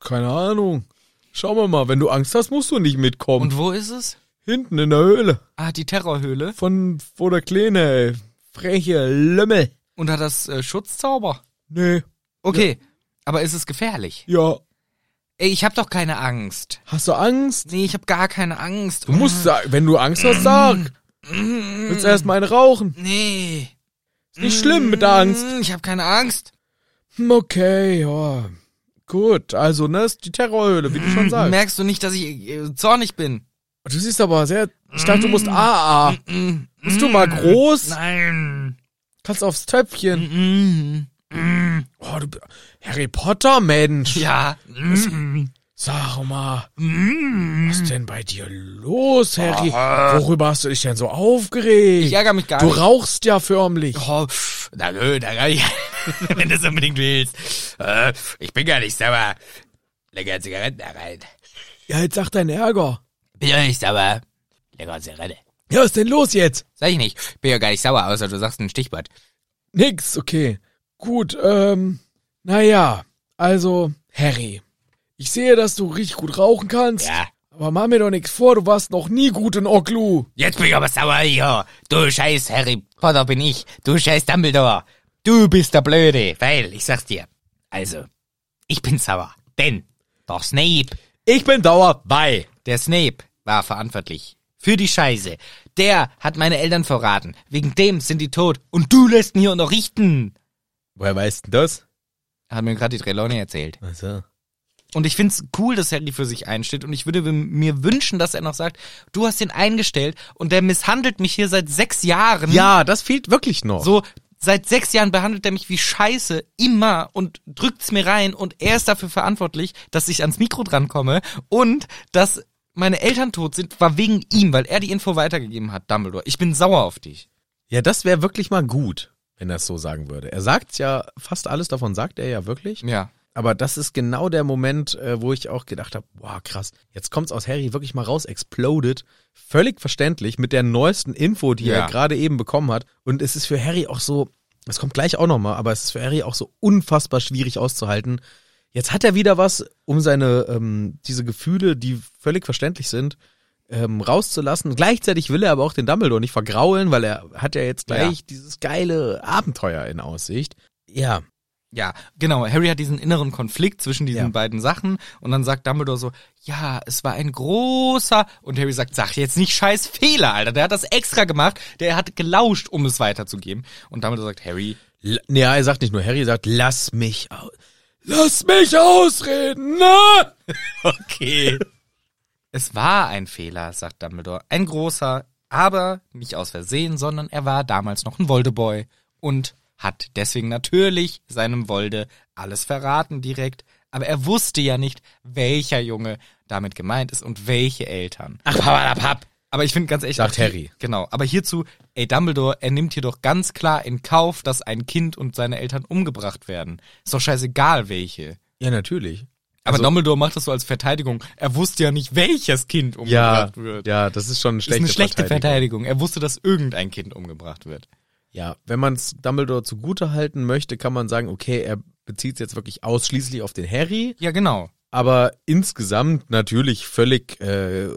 S1: keine Ahnung. Schauen wir mal, wenn du Angst hast, musst du nicht mitkommen.
S2: Und wo ist es?
S1: Hinten in der Höhle.
S2: Ah, die Terrorhöhle.
S1: Von, wo der Kleine, ey. Freche Lümmel.
S2: Und hat das äh, Schutzzauber.
S1: Nee,
S2: Okay, aber ist es gefährlich?
S1: ja.
S2: Ey, ich hab doch keine Angst.
S1: Hast du Angst?
S2: Nee, ich hab gar keine Angst. Mm,
S1: Du musst sagen, wenn du Angst hast, sag. Willst du erst mal eine rauchen?
S2: Nee. Mm,
S1: Ist nicht schlimm mit der Angst.
S2: Ich hab keine Angst.
S1: Hm, Okay, ja. Gut, also, ne, ist die Terrorhöhle, wie du
S2: Mm.
S1: schon sagst.
S2: Merkst du nicht, dass ich äh, zornig bin?
S1: Du siehst aber sehr. Ich dachte, du musst AA.
S2: Mm,
S1: Bist du mal groß?
S2: Nein.
S1: Kannst aufs Töpfchen.
S2: Mm, mm.
S1: Oh, du b- Harry Potter, Mensch.
S2: Ja. Mm,
S1: Sag mal,
S2: mm.
S1: was ist denn bei dir los, Harry? Worüber hast du dich denn so aufgeregt?
S2: Oh. Ich ärgere mich gar
S1: du
S2: nicht.
S1: rauchst ja förmlich.
S2: Oh, pff, na nö, na gar nicht. Wenn du es unbedingt willst. Äh, ich bin gar nicht sauer. Lecker Zigaretten da rein.
S1: Ja, jetzt sag deinen Ärger.
S2: Bin ja nicht sauer. Lecker Zigarette.
S1: Ja, was ist denn los jetzt?
S2: Sag ich nicht. Bin ja gar nicht sauer, außer du sagst ein Stichwort.
S1: Nix, okay. Gut, ähm, naja, also, Harry. Ich sehe, dass du richtig gut rauchen kannst.
S2: Ja.
S1: Aber mach mir doch nichts vor, du warst noch nie gut in Oglu.
S2: Jetzt bin ich aber sauer, ja. Du scheiß Harry Potter bin ich. Du scheiß Dumbledore. Du bist der Blöde. Weil, ich sag's dir. Also, ich bin sauer. Denn der Snape
S1: Ich bin Dauer, weil.
S2: Der Snape war verantwortlich. Für die Scheiße. Der hat meine Eltern verraten. Wegen dem sind die tot. Und du lässt ihn hier noch richten.
S1: Woher weißt du das?
S2: Hat mir gerade die Trelawney erzählt.
S1: Also.
S2: Und ich find's cool, dass Harry für sich einsteht. Und ich würde mir wünschen, dass er noch sagt, du hast ihn eingestellt und der misshandelt mich hier seit sechs Jahren.
S1: Ja, das fehlt wirklich noch.
S2: So, seit sechs Jahren behandelt er mich wie Scheiße, immer und drückt's mir rein und er ist dafür verantwortlich, dass ich ans Mikro drankomme und dass meine Eltern tot sind, war wegen ihm, weil er die Info weitergegeben hat, Dumbledore. Ich bin sauer auf dich.
S1: Ja, das wäre wirklich mal gut, wenn er es so sagen würde. Er sagt ja, fast alles davon sagt er ja wirklich.
S2: Ja.
S1: Aber das ist genau der Moment, äh, wo ich auch gedacht habe, wow, krass, jetzt kommt's aus Harry wirklich mal raus, exploded. Völlig verständlich mit der neuesten Info, die
S2: Ja.
S1: er gerade eben bekommen hat. Und es ist für Harry auch so, es kommt gleich auch nochmal, aber es ist für Harry auch so unfassbar schwierig auszuhalten. Jetzt hat er wieder was, um seine, ähm, diese Gefühle, die völlig verständlich sind, ähm, rauszulassen. Gleichzeitig will er aber auch den Dumbledore nicht vergraulen, weil er hat ja jetzt gleich dieses geile Abenteuer in Aussicht. Ja,
S2: Ja, genau. Harry hat diesen inneren Konflikt zwischen diesen
S1: Ja.
S2: beiden Sachen und dann sagt Dumbledore so, ja, es war ein großer und Harry sagt, sag jetzt nicht scheiß Fehler, Alter. Der hat das extra gemacht, der hat gelauscht, um es weiterzugeben. Und Dumbledore sagt, Harry,
S1: L ja, er sagt nicht nur Harry, er sagt, lass mich aus. Lass mich ausreden, ne?
S2: Okay. Es war ein Fehler, sagt Dumbledore. Ein großer, aber nicht aus Versehen, sondern er war damals noch ein Woldeboy und hat deswegen natürlich seinem Wolde alles verraten direkt. Aber er wusste ja nicht, welcher Junge damit gemeint ist und welche Eltern.
S4: Ach, papalapap.
S2: Aber ich finde ganz ehrlich.
S1: Sagt
S2: auch hier-
S1: Harry.
S2: Genau. Aber hierzu, ey, Dumbledore, er nimmt hier doch ganz klar in Kauf, dass ein Kind und seine Eltern umgebracht werden. Ist doch scheißegal, welche.
S1: Ja, natürlich.
S2: Aber Dumbledore macht das so als Verteidigung. Er wusste ja nicht, welches Kind
S1: Ja,
S2: umgebracht wird.
S1: ja, das ist schon eine
S2: das ist
S1: schlechte,
S2: eine schlechte Verteidigung. Er wusste, dass irgendein Kind umgebracht wird.
S1: Ja, wenn man es Dumbledore zugute halten möchte, kann man sagen, okay, er bezieht es jetzt wirklich ausschließlich auf den Harry,
S2: Ja, genau.
S1: aber insgesamt natürlich völlig äh,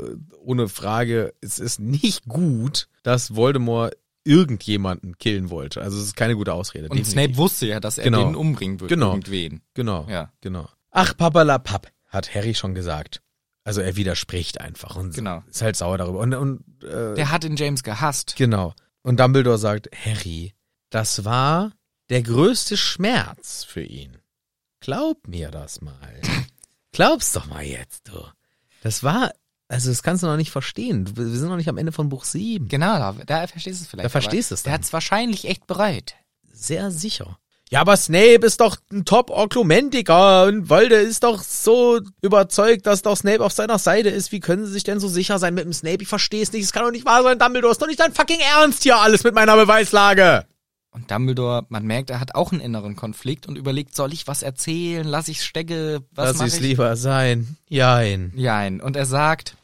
S1: ohne Frage, es ist nicht gut, dass Voldemort irgendjemanden killen wollte. Also es ist keine gute Ausrede.
S2: Und Snape wusste ja, dass er
S1: Genau.
S2: den umbringen würde.
S1: Genau.
S2: Irgendwen.
S1: Genau.
S2: Ja.
S1: Genau. Ach, papalapap, hat Harry schon gesagt. Also er widerspricht einfach und
S2: Genau.
S1: ist halt sauer darüber. Und, und äh,
S2: Der hat den James gehasst.
S1: genau. Und Dumbledore sagt, Harry, das war der größte Schmerz für ihn. Glaub mir das mal. Glaub's doch mal jetzt, du. Das war, also das kannst du noch nicht verstehen. Du- Wir sind noch nicht am Ende von Buch 7.
S2: Genau, da, da verstehst du es vielleicht.
S1: Da verstehst du es
S2: Der
S1: dann.
S2: hat es wahrscheinlich echt bereut.
S1: Sehr sicher. Ja, aber Snape ist doch ein Top-Oklumentiker und Walde ist doch so überzeugt, dass doch Snape auf seiner Seite ist. Wie können sie sich denn so sicher sein mit dem Snape? Ich verstehe es nicht. Es kann doch nicht wahr sein, Dumbledore. Ist doch nicht dein fucking Ernst hier alles mit meiner Beweislage.
S2: Und Dumbledore, man merkt, er hat auch einen inneren Konflikt und überlegt, soll ich was erzählen? Lass ich stecke? Was mach ich?
S1: lieber sein. Jein.
S2: Jein. Und er sagt,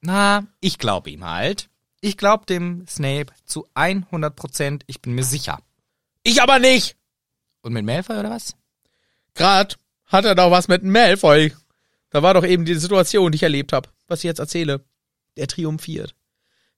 S2: na, ich glaube ihm halt. Ich glaube dem Snape zu 100 Prozent. Ich bin mir sicher.
S1: Ich aber nicht.
S2: Und mit Malfoy oder was?
S1: Grad hat er doch was mit Malfoy. Da war doch eben die Situation, die ich erlebt habe, was ich jetzt erzähle. Der triumphiert.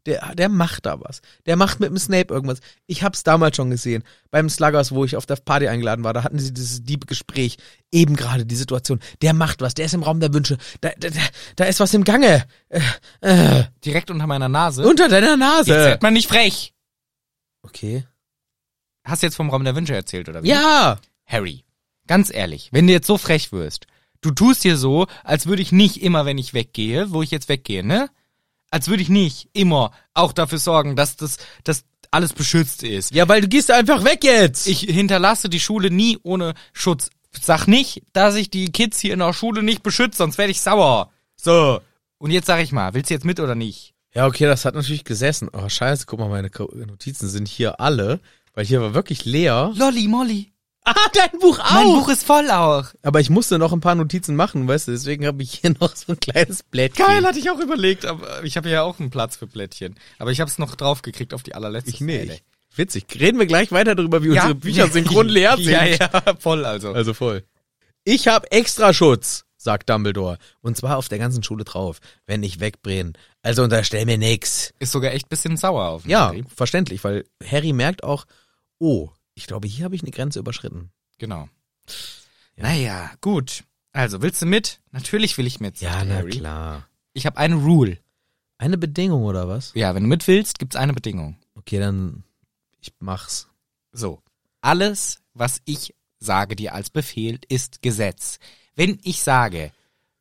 S1: Der, der macht da was. Der macht mit dem Snape irgendwas. Ich hab's damals schon gesehen. Beim Sluggers, wo ich auf der Party eingeladen war, da hatten sie dieses diebe Gespräch. Eben gerade die Situation. Der macht was. Der ist im Raum der Wünsche. Da, da, da- da ist was im Gange. Äh, äh,
S2: Direkt unter meiner Nase.
S1: unter deiner
S2: Jetzt
S1: Nase.
S2: wird man nicht frech.
S1: Okay.
S2: Hast du jetzt vom Raum der Wünsche erzählt, oder wie?
S1: Ja.
S2: Harry, ganz ehrlich, wenn du jetzt so frech wirst, du tust dir so, als würde ich nicht immer, wenn ich weggehe, wo ich jetzt weggehe, ne? Als würde ich nicht immer auch dafür sorgen, dass das, dass alles beschützt ist.
S1: Ja, weil du gehst einfach weg jetzt.
S2: Ich hinterlasse die Schule nie ohne Schutz. Sag nicht, dass ich die Kids hier in der Schule nicht beschütze, sonst werde ich sauer. So. Und jetzt sag ich mal, willst du jetzt mit oder nicht?
S1: Ja, okay, das hat natürlich gesessen. Oh, scheiße, guck mal, meine Ko- Notizen sind hier alle, weil hier war wirklich leer.
S2: Lolli Molly.
S1: Ah, dein Buch
S2: Mein Buch ist voll auch.
S1: Aber ich musste noch ein paar Notizen machen, weißt du, deswegen habe ich hier noch so ein kleines Blättchen.
S2: Geil, hatte ich auch überlegt, aber ich habe ja auch einen Platz für Blättchen. Aber ich habe es noch draufgekriegt auf die allerletzte
S1: Ich nicht. Witzig. Reden wir gleich weiter darüber, wie unsere Bücher
S2: ja,
S1: synchron leer sind.
S2: Ja, ja, voll also.
S1: Also voll. Ich hab Extraschutz, sagt Dumbledore. Und zwar auf der ganzen Schule drauf, wenn ich wegbrennen. Also unterstell mir nix.
S2: Ist sogar echt bisschen sauer auf mich.
S1: Ja,
S2: Harry.
S1: verständlich, weil Harry merkt auch, oh, ich glaube, hier habe ich eine Grenze überschritten.
S2: Genau. Naja, gut. Also, willst du mit? Natürlich will ich mit.
S1: Ja,
S2: sagte
S1: na
S2: Harry.
S1: klar.
S2: Ich habe eine Rule.
S1: Eine Bedingung oder was?
S2: Ja, wenn du mit willst, gibt's eine Bedingung.
S1: Okay, dann ich mach's.
S2: So. Alles, was ich sage dir als Befehl, ist Gesetz. Wenn ich sage,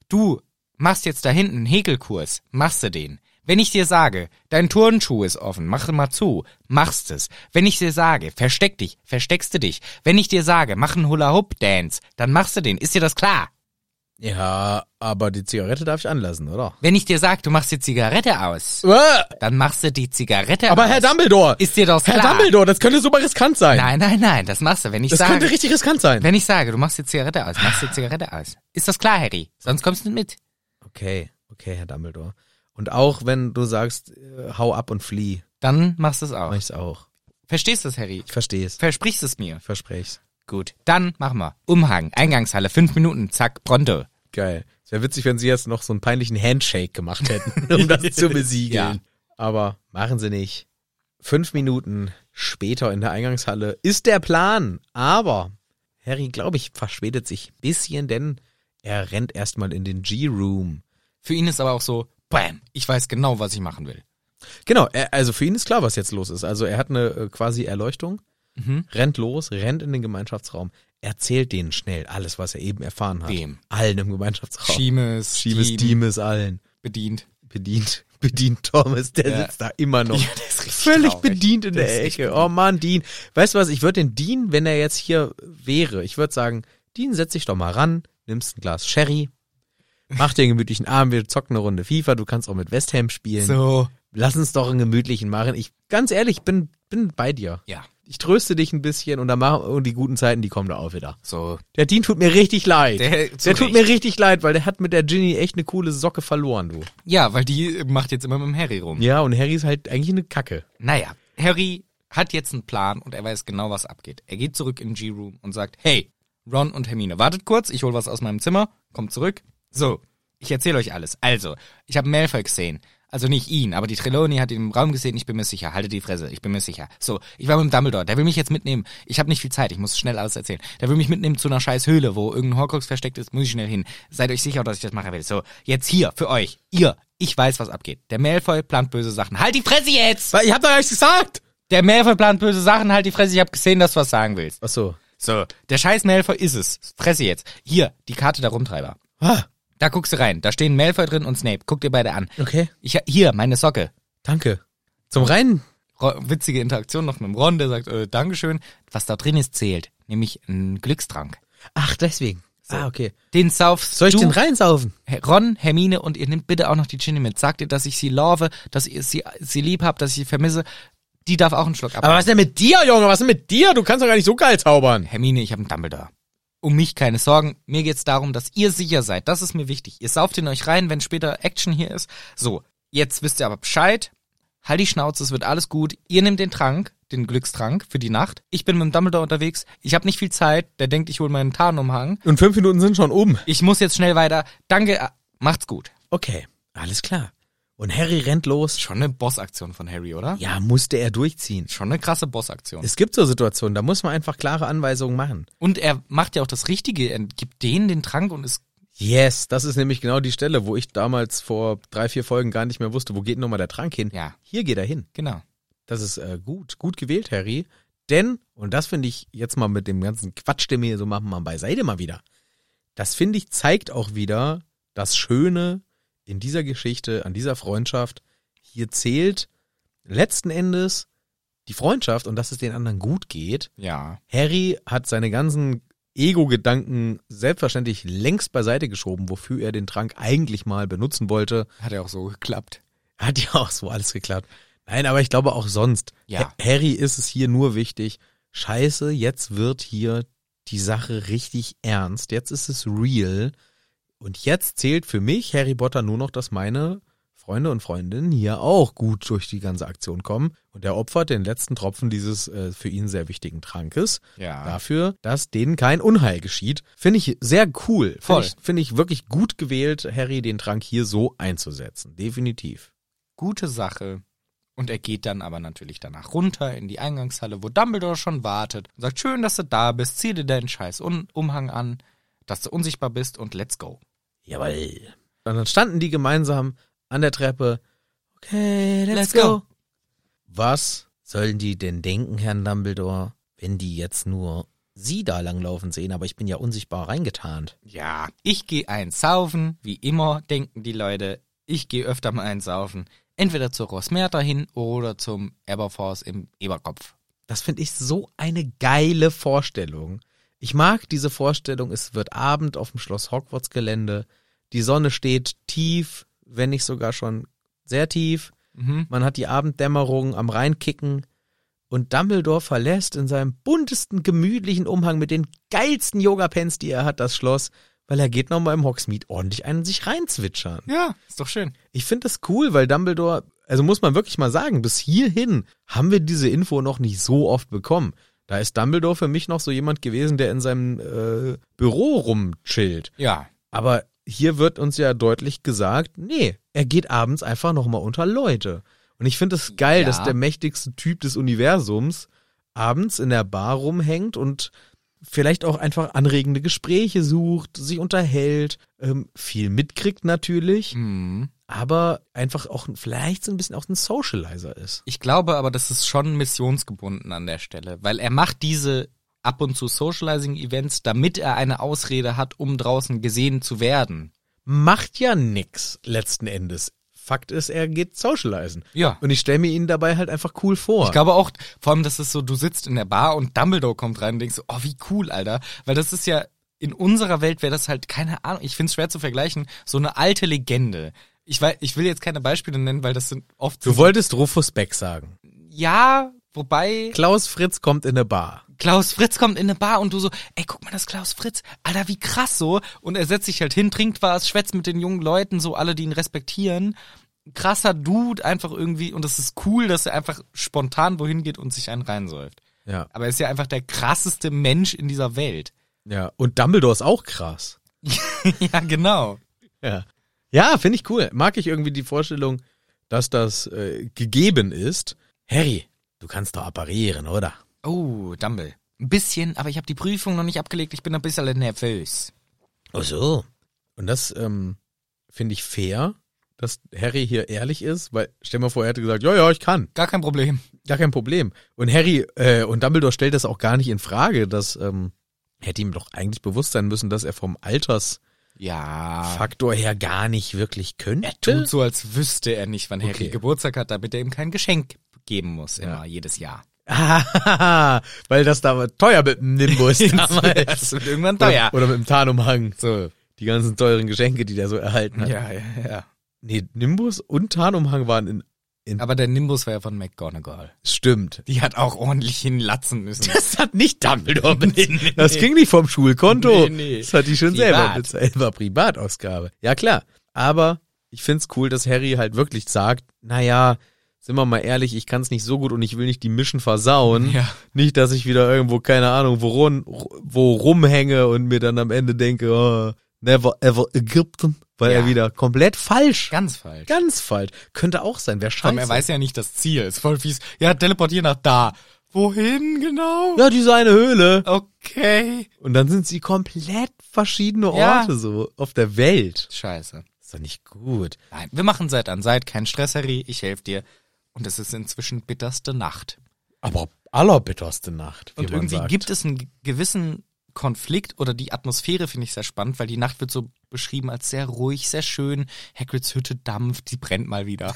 S2: du machst jetzt da hinten einen Häkelkurs, machst du den. Wenn ich dir sage, dein Turnschuh ist offen, mach ihn mal zu, machst es. Wenn ich dir sage, versteck dich, versteckst du dich. Wenn ich dir sage, mach einen Hula-Hoop-Dance, dann machst du den. Ist dir das klar?
S1: Ja, aber die Zigarette darf ich anlassen, oder?
S2: Wenn ich dir sage, du machst die Zigarette aus,
S1: Äh,
S2: dann machst du die Zigarette
S1: Aber
S2: aus.
S1: Herr Dumbledore!
S2: Ist dir das
S1: Herr
S2: klar?
S1: Dumbledore, das könnte super riskant sein.
S2: Nein, nein, nein, das machst du. Wenn ich
S1: das
S2: sage,
S1: könnte richtig riskant sein.
S2: Wenn ich sage, du machst die Zigarette aus, machst die Zigarette aus. Ist das klar, Harry? Sonst kommst du nicht mit.
S1: Okay, okay, Herr Dumbledore. Und auch wenn du sagst, äh, hau ab und flieh,
S2: Dann machst du es auch.
S1: mach ich's auch.
S2: Verstehst du es, Harry?
S1: Ich versteh's.
S2: Versprichst es mir?
S1: Versprech's.
S2: Gut, dann machen wir. Umhang, Eingangshalle, fünf Minuten, zack, pronto.
S1: Geil. Es wäre witzig, wenn sie jetzt noch so einen peinlichen Handshake gemacht hätten, um das zu besiegeln.
S2: Ja.
S1: Aber machen sie nicht. Fünf Minuten später in der Eingangshalle ist der Plan. Aber Harry, glaube ich, verspätet sich ein bisschen, denn er rennt erstmal in den G-Room.
S2: Für ihn ist aber auch so, bam, ich weiß genau, was ich machen will.
S1: Genau, er, also für ihn ist klar, was jetzt los ist. Also er hat eine äh, quasi Erleuchtung,
S2: Mhm.
S1: rennt los, rennt in den Gemeinschaftsraum, erzählt denen schnell alles, was er eben erfahren hat.
S2: Wem?
S1: Allen im Gemeinschaftsraum.
S2: Schiemes,
S1: Schiemes
S2: Team,
S1: Diemes allen.
S2: bedient.
S1: Bedient, bedient Thomas, der
S2: Ja.
S1: sitzt da immer noch.
S2: Ja, der ist richtig
S1: Völlig
S2: traurig.
S1: bedient in
S2: Der
S1: der,
S2: ist echt
S1: Ecke. Oh Mann, Dean. Weißt du was, ich würde den Dean, wenn er jetzt hier wäre, ich würde sagen, Dean, setz dich doch mal ran, nimmst ein Glas Sherry, mach dir einen gemütlichen Abend, wir zocken eine Runde FIFA, du kannst auch mit West Ham spielen
S2: So,
S1: lass uns doch einen gemütlichen machen. Ich, ganz ehrlich, bin, bin bei dir.
S2: ja,
S1: Ich tröste dich ein bisschen und dann machen und die guten Zeiten, die kommen da auch wieder.
S2: so.
S1: Der Dean tut mir richtig leid.
S2: Der- zu
S1: tut
S2: Recht.
S1: mir richtig leid, weil der hat mit der Ginny echt eine coole Socke verloren, du.
S2: Ja, weil die macht jetzt immer mit dem Harry rum.
S1: Ja, und Harry ist halt eigentlich eine Kacke.
S2: Naja, Harry hat jetzt einen Plan und er weiß genau, was abgeht. Er geht zurück in den G-Room und sagt, hey, Ron und Hermine, wartet kurz, ich hol was aus meinem Zimmer, kommt zurück. So, ich erzähle euch alles. Also, ich habe Malfoy gesehen, Also nicht ihn, aber die Trelawney hat ihn im Raum gesehen, ich bin mir sicher. Halte die Fresse, ich bin mir sicher. So, ich war mit dem Dumbledore, der will mich jetzt mitnehmen. Ich habe nicht viel Zeit, ich muss schnell alles erzählen. Der will mich mitnehmen zu einer scheiß Höhle, wo irgendein Horcrux versteckt ist, muss ich schnell hin. Seid euch sicher, dass ich das machen will. So, jetzt hier, für euch, ihr, ich weiß, was abgeht. Der Malfoy plant böse Sachen. Halt die Fresse jetzt!
S1: Ich hab doch gar nichts gesagt.
S2: Der Malfoy plant böse Sachen, halt die Fresse, ich hab gesehen, dass du was sagen willst.
S1: Ach so.
S2: So, der scheiß Malfoy ist es. Fresse jetzt. Hier, die Karte der Rumtreiber.
S1: Ah,
S2: Da guckst du rein, da stehen Malfoy drin und Snape. Guck dir beide an.
S1: okay.
S2: Ich, hier, meine Socke.
S1: Danke. Zum Reinen.
S2: Ro witzige Interaktion noch mit dem Ron, der sagt, äh, Dankeschön. Was da drin ist, zählt. Nämlich ein Glückstrank.
S1: Ach, deswegen. Ah, okay.
S2: Den saufst
S1: Soll ich
S2: du,
S1: den reinsaufen?
S2: He- Ron, Hermine und ihr nehmt bitte auch noch die Ginny mit. Sagt ihr, dass ich sie love, dass ihr sie, sie lieb habt, dass ich sie vermisse. Die darf auch einen Schluck ab.
S1: Aber was denn mit dir, Junge? Was denn mit dir? Du kannst doch gar nicht so geil zaubern.
S2: Hermine, ich habe einen Dumbledore. Um mich keine Sorgen. Mir geht's darum, dass ihr sicher seid. Das ist mir wichtig. Ihr sauft ihn euch rein, wenn später Action hier ist. So, jetzt wisst ihr aber Bescheid. Halt die Schnauze, es wird alles gut. Ihr nehmt den Trank, den Glückstrank für die Nacht. Ich bin mit dem Dumbledore unterwegs. Ich habe nicht viel Zeit. Der denkt, ich hole meinen Tarnumhang.
S1: Und fünf Minuten sind schon um. oben.
S2: Ich muss jetzt schnell weiter. Danke. ah, Macht's gut.
S1: Okay, alles klar. Und Harry rennt los.
S2: Schon eine Bossaktion von Harry, oder?
S1: Ja, musste er durchziehen.
S2: Schon eine krasse Bossaktion.
S1: Es gibt so Situationen, da muss man einfach klare Anweisungen machen.
S2: Und er macht ja auch das Richtige. Er gibt denen den Trank und ist
S1: Yes, das ist nämlich genau die Stelle, wo ich damals vor drei, vier Folgen gar nicht mehr wusste, wo geht nochmal der Trank hin.
S2: ja
S1: Hier geht er hin.
S2: genau.
S1: Das ist äh, gut, gut gewählt, Harry. Denn, und das finde ich jetzt mal mit dem ganzen Quatsch, den wir hier so machen, mal beiseite mal wieder. Das finde ich zeigt auch wieder das Schöne in dieser Geschichte, an dieser Freundschaft. Hier zählt letzten Endes die Freundschaft und dass es den anderen gut geht.
S2: Ja.
S1: Harry hat seine ganzen Ego-Gedanken selbstverständlich längst beiseite geschoben, wofür er den Trank eigentlich mal benutzen wollte.
S2: Hat ja auch so geklappt.
S1: Hat ja auch so alles geklappt. Nein, aber ich glaube auch sonst.
S2: Ja.
S1: Ha- Harry ist es hier nur wichtig. Scheiße, jetzt wird hier die Sache richtig ernst. Jetzt ist es real. Und jetzt zählt für mich Harry Potter nur noch, dass meine Freunde und Freundinnen hier auch gut durch die ganze Aktion kommen. Und er opfert den letzten Tropfen dieses äh, für ihn sehr wichtigen Trankes
S2: Ja.
S1: dafür, dass denen kein Unheil geschieht. Finde ich sehr cool. Finde
S2: Voll.
S1: ich, finde ich wirklich gut gewählt, Harry den Trank hier so einzusetzen. Definitiv.
S2: gute Sache. Und er geht dann aber natürlich danach runter in die Eingangshalle, wo Dumbledore schon wartet und sagt, schön, dass du da bist, zieh dir deinen scheiß Un Umhang an, dass du unsichtbar bist und let's go.
S4: Jawohl.
S1: Und dann standen die gemeinsam an der Treppe. Okay, let's,
S2: Let's go.
S1: go. Was sollen die denn denken, Herrn Dumbledore, wenn die jetzt nur Sie da langlaufen sehen, aber ich bin ja unsichtbar reingetarnt.
S2: Ja, ich gehe einsaufen, wie immer denken die Leute, ich gehe öfter mal einsaufen. Entweder zur Rosmerta hin oder zum Aberforce im Eberkopf.
S1: Das finde ich so eine geile Vorstellung. Ich mag diese Vorstellung, es wird Abend auf dem Schloss Hogwarts Gelände. Die Sonne steht tief, wenn nicht sogar schon sehr tief.
S2: Mhm.
S1: Man hat die Abenddämmerung am Rheinkicken und Dumbledore verlässt in seinem buntesten, gemütlichen Umhang mit den geilsten Yoga-Pants, die er hat, das Schloss, weil er geht nochmal im Hogsmeade ordentlich einen sich reinzwitschern.
S2: Ja, ist doch schön.
S1: Ich finde das cool, weil Dumbledore, also muss man wirklich mal sagen, bis hierhin haben wir diese Info noch nicht so oft bekommen. Da ist Dumbledore für mich noch so jemand gewesen, der in seinem äh, Büro rumchillt.
S2: Ja,
S1: Aber hier wird uns ja deutlich gesagt, nee, er geht abends einfach nochmal unter Leute. Und ich finde es geil,
S2: Ja.
S1: dass der mächtigste Typ des Universums abends in der Bar rumhängt und vielleicht auch einfach anregende Gespräche sucht, sich unterhält, ähm, viel mitkriegt natürlich,
S2: mhm.
S1: aber einfach auch vielleicht so ein bisschen auch ein Socializer ist.
S2: Ich glaube aber, das ist schon missionsgebunden an der Stelle, weil er macht diese ab und zu Socializing-Events, damit er eine Ausrede hat, um draußen gesehen zu werden.
S1: Macht ja nix letzten Endes. Fakt ist, er geht socializen.
S2: Ja.
S1: Und ich stelle mir ihn dabei halt einfach cool vor.
S2: Ich glaube auch, vor allem, das ist so, du sitzt in der Bar und Dumbledore kommt rein und denkst, so, oh, wie cool, Alter. Weil das ist ja, in unserer Welt wäre das halt, keine Ahnung, ich find's schwer zu vergleichen, so eine alte Legende. Ich, weiß, ich will jetzt keine Beispiele nennen, weil das sind oft...
S1: du wolltest Rufus Beck sagen.
S2: ja, wobei...
S1: Klaus Fritz kommt in eine Bar.
S2: Klaus Fritz kommt in eine Bar und du so, ey, guck mal, das ist Klaus Fritz, Alter, wie krass so. Und er setzt sich halt hin, trinkt was, schwätzt mit den jungen Leuten, so alle, die ihn respektieren. Krasser Dude, einfach irgendwie. Und das ist cool, dass er einfach spontan wohin geht und sich einen reinsäuft.
S1: Ja,
S2: Aber er ist ja einfach der krasseste Mensch in dieser Welt.
S1: ja. Und Dumbledore ist auch krass.
S2: ja, genau.
S1: Ja. Ja, finde ich cool. Mag ich irgendwie die Vorstellung, dass das äh, gegeben ist. Harry, du kannst doch apparieren, oder?
S2: Oh, Dumble. Ein bisschen, aber ich habe die Prüfung noch nicht abgelegt. Ich bin ein bisschen nervös.
S4: Ach so.
S1: Und das ähm, finde ich fair, dass Harry hier ehrlich ist, weil stell mal vor, er hätte gesagt, ja, ja, ich kann,
S2: Gar kein Problem.
S1: gar kein Problem. Und Harry äh, und Dumbledore stellt das auch gar nicht in Frage, dass ähm, hätte ihm doch eigentlich bewusst sein müssen, dass er vom Altersfaktor
S2: Ja.
S1: her gar nicht wirklich könnte.
S2: Er tut so, als wüsste er nicht, wann
S1: Okay.
S2: Harry Geburtstag hat, damit er ihm kein Geschenk geben muss, immer, jedes Jahr.
S1: Ah, weil das da war teuer mit dem Nimbus damals.
S2: Das wird irgendwann
S1: Oder-
S2: teuer.
S1: Oder mit dem Tarnumhang. So, die ganzen teuren Geschenke, die der so erhalten hat.
S2: Ja, ja, ja.
S1: Nee, Nimbus und Tarnumhang waren in.
S2: Aber der Nimbus war ja von McGonagall.
S1: Stimmt.
S2: Die hat auch ordentlich hinlatzen müssen.
S1: Das hat nicht Dumbledore benutzt. Das ging nicht vom Schulkonto.
S2: Nee, nee.
S1: Das hat die schon selber
S2: Privat.
S1: mit selber Privatausgabe. Ja, klar. Aber ich find's cool, dass Harry halt wirklich sagt, naja, sind wir mal ehrlich, ich kann's nicht so gut und ich will nicht die Mission versauen.
S2: Ja.
S1: Nicht, dass ich wieder irgendwo, keine Ahnung, worum, wo rumhänge und mir dann am Ende denke, oh, never ever Ägypten, weil
S2: Ja.
S1: er wieder komplett falsch,
S2: Ganz falsch.
S1: ganz falsch, könnte auch sein, wäre
S2: Vor allem,
S1: scheiße.
S2: er weiß ja nicht das Ziel. Ist voll fies. Ja, teleportier nach da. Wohin genau?
S1: ja, diese eine Höhle.
S2: Okay.
S1: Und dann sind sie komplett verschiedene
S2: Ja.
S1: Orte so auf der Welt.
S2: Scheiße.
S1: Ist doch nicht gut.
S2: Nein, wir machen Seite an Seite. Kein Stress, Harry. Ich helfe dir. Und es ist inzwischen bitterste Nacht.
S1: Aber allerbitterste Nacht. Wie
S2: Und
S1: man
S2: irgendwie
S1: sagt.
S2: gibt es einen gewissen Konflikt oder die Atmosphäre finde ich sehr spannend, weil die Nacht wird so beschrieben als sehr ruhig, sehr schön. Hagrids Hütte dampft, die brennt mal wieder.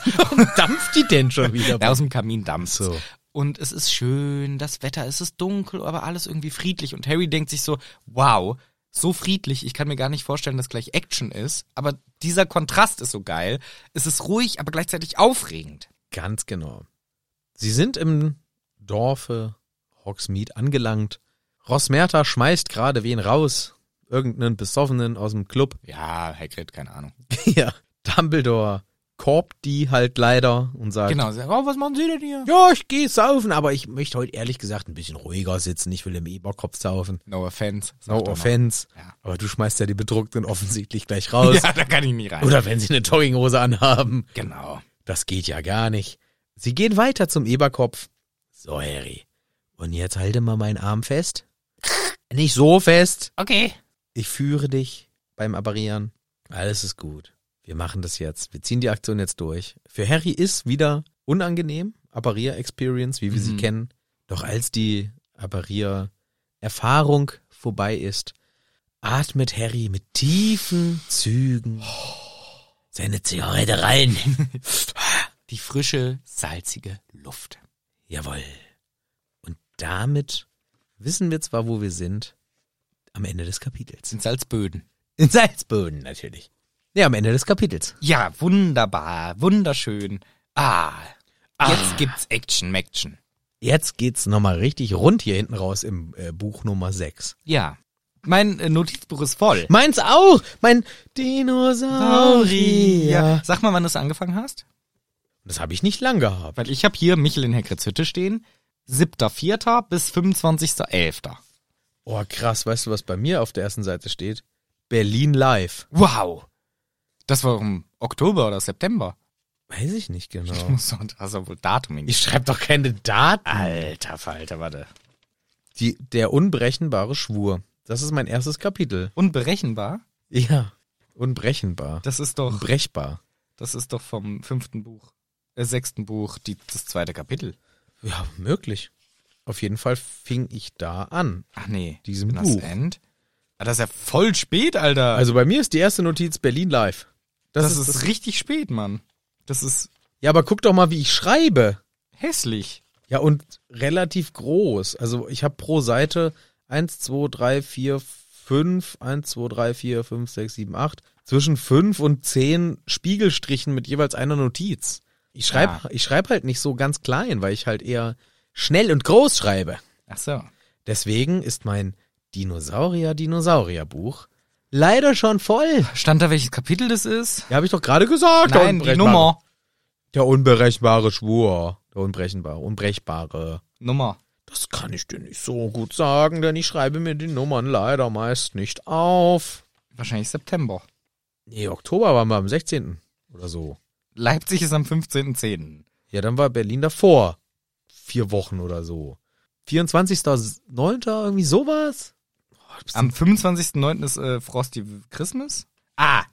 S1: dampft die denn schon wieder?
S2: Na, aus dem Kamin dampft.
S1: So.
S2: Und es ist schön, das Wetter, es ist dunkel, aber alles irgendwie friedlich. Und Harry denkt sich so, wow, so friedlich, ich kann mir gar nicht vorstellen, dass gleich Action ist. Aber dieser Kontrast ist so geil. Es ist ruhig, aber gleichzeitig aufregend.
S1: Ganz genau. Sie sind im Dorfe Hogsmeade angelangt. Rosmerta schmeißt gerade wen raus. Irgendeinen Besoffenen aus dem Club.
S2: Ja, Hagrid, keine Ahnung.
S1: ja. Dumbledore korbt die halt leider und sagt,
S2: Genau, sie sagt, oh, was machen Sie denn hier?
S1: ja, ich geh saufen, aber ich möchte heute ehrlich gesagt ein bisschen ruhiger sitzen. Ich will im Eberkopf saufen.
S2: No offense. sagt
S1: No
S2: er noch.
S1: offense.
S2: Ja.
S1: Aber du schmeißt ja die Bedruckten offensichtlich gleich raus.
S2: Ja, da kann ich nie rein.
S1: Oder wenn sie eine Jogginghose anhaben.
S2: Genau.
S1: Das geht ja gar nicht. Sie gehen weiter zum Eberkopf. So, Harry. Und jetzt halte mal meinen Arm fest. Nicht so fest.
S5: Okay.
S1: Ich führe dich beim Apparieren. Alles ist gut. Wir machen das jetzt. Wir ziehen die Aktion jetzt durch. Für Harry ist wieder unangenehm. Apparier-Experience, wie wir sie
S2: Mhm.
S1: kennen. Doch als die Apparier-Erfahrung vorbei ist, atmet Harry mit tiefen Zügen seine Zigarette rein.
S2: Die frische, salzige Luft.
S1: Jawohl. Und damit wissen wir zwar, wo wir sind, am Ende des Kapitels.
S2: Sind Salzböden.
S1: In Salzböden natürlich. Ja, am Ende des Kapitels.
S2: Ja, wunderbar, wunderschön. Ah, jetzt gibt's Action, Action.
S1: Jetzt geht's nochmal richtig rund hier hinten raus im äh, Buch Nummer 6.
S2: Ja. Mein äh, Notizbuch ist voll.
S1: Meins auch! Mein Dinosaurier!
S2: Sag mal, wann du es angefangen hast.
S1: Das habe ich nicht lang gehabt.
S2: Weil ich habe hier Michel in Hagrids Hütte stehen. 7.4. bis 25.11.
S1: Oh krass, weißt du, was bei mir auf der ersten Seite steht? Berlin Live.
S2: Wow. Das war im Oktober oder September.
S1: Weiß ich nicht
S2: Ich
S1: genau.
S2: muss doch, da ist ja wohl Datum in
S1: Ich schreibe doch keine Daten.
S2: Alter Falter, warte.
S1: Die, der unbrechenbare Schwur. Das ist mein erstes Kapitel.
S2: Unberechenbar?
S1: Ja. Unbrechenbar.
S2: Das ist doch,
S1: Brechbar.
S2: das ist doch vom fünften Buch, äh, sechsten Buch, die, das zweite Kapitel.
S1: Ja, möglich. Auf jeden Fall fing ich da an.
S2: Ach nee,
S1: Diesem
S2: bin das
S1: Buch.
S2: End. Ah, das ist ja voll spät, Alter.
S1: Also bei mir ist die erste Notiz Berlin Live. Das,
S2: das,
S1: ist,
S2: ist
S1: das.
S2: richtig spät, Mann. Das ist
S1: Ja, aber guck doch mal, wie ich schreibe.
S2: hässlich.
S1: Ja, und relativ groß. Also ich habe pro Seite 1, 2, 3, 4, 5, 1, 2, 3, 4, 5, 6, 7, 8. Zwischen 5 und 10 Spiegelstrichen mit jeweils einer Notiz. Ich schreibe
S2: Ja.
S1: ich schreib halt nicht so ganz klein, weil ich halt eher schnell und groß schreibe.
S2: Ach so.
S1: Deswegen ist mein Dinosaurier-Dinosaurier-Buch leider schon voll.
S2: Stand da, welches Kapitel das ist?
S1: Ja, habe ich doch gerade gesagt. der
S2: Nein, die
S1: unberechenbare-
S2: Nummer.
S1: Der unberechenbare Schwur. Der unberechenbare, unbrechbare.
S2: Nummer.
S1: Das kann ich dir nicht so gut sagen, denn ich schreibe mir die Nummern leider meist nicht auf.
S2: Wahrscheinlich September.
S1: Nee, Oktober waren wir am 16. oder so.
S2: Leipzig ist am 15.10.
S1: Ja, dann war Berlin davor. Vier Wochen oder so. 24.09. irgendwie sowas?
S2: Am 25.09. ist äh, Frosty Christmas. Ah,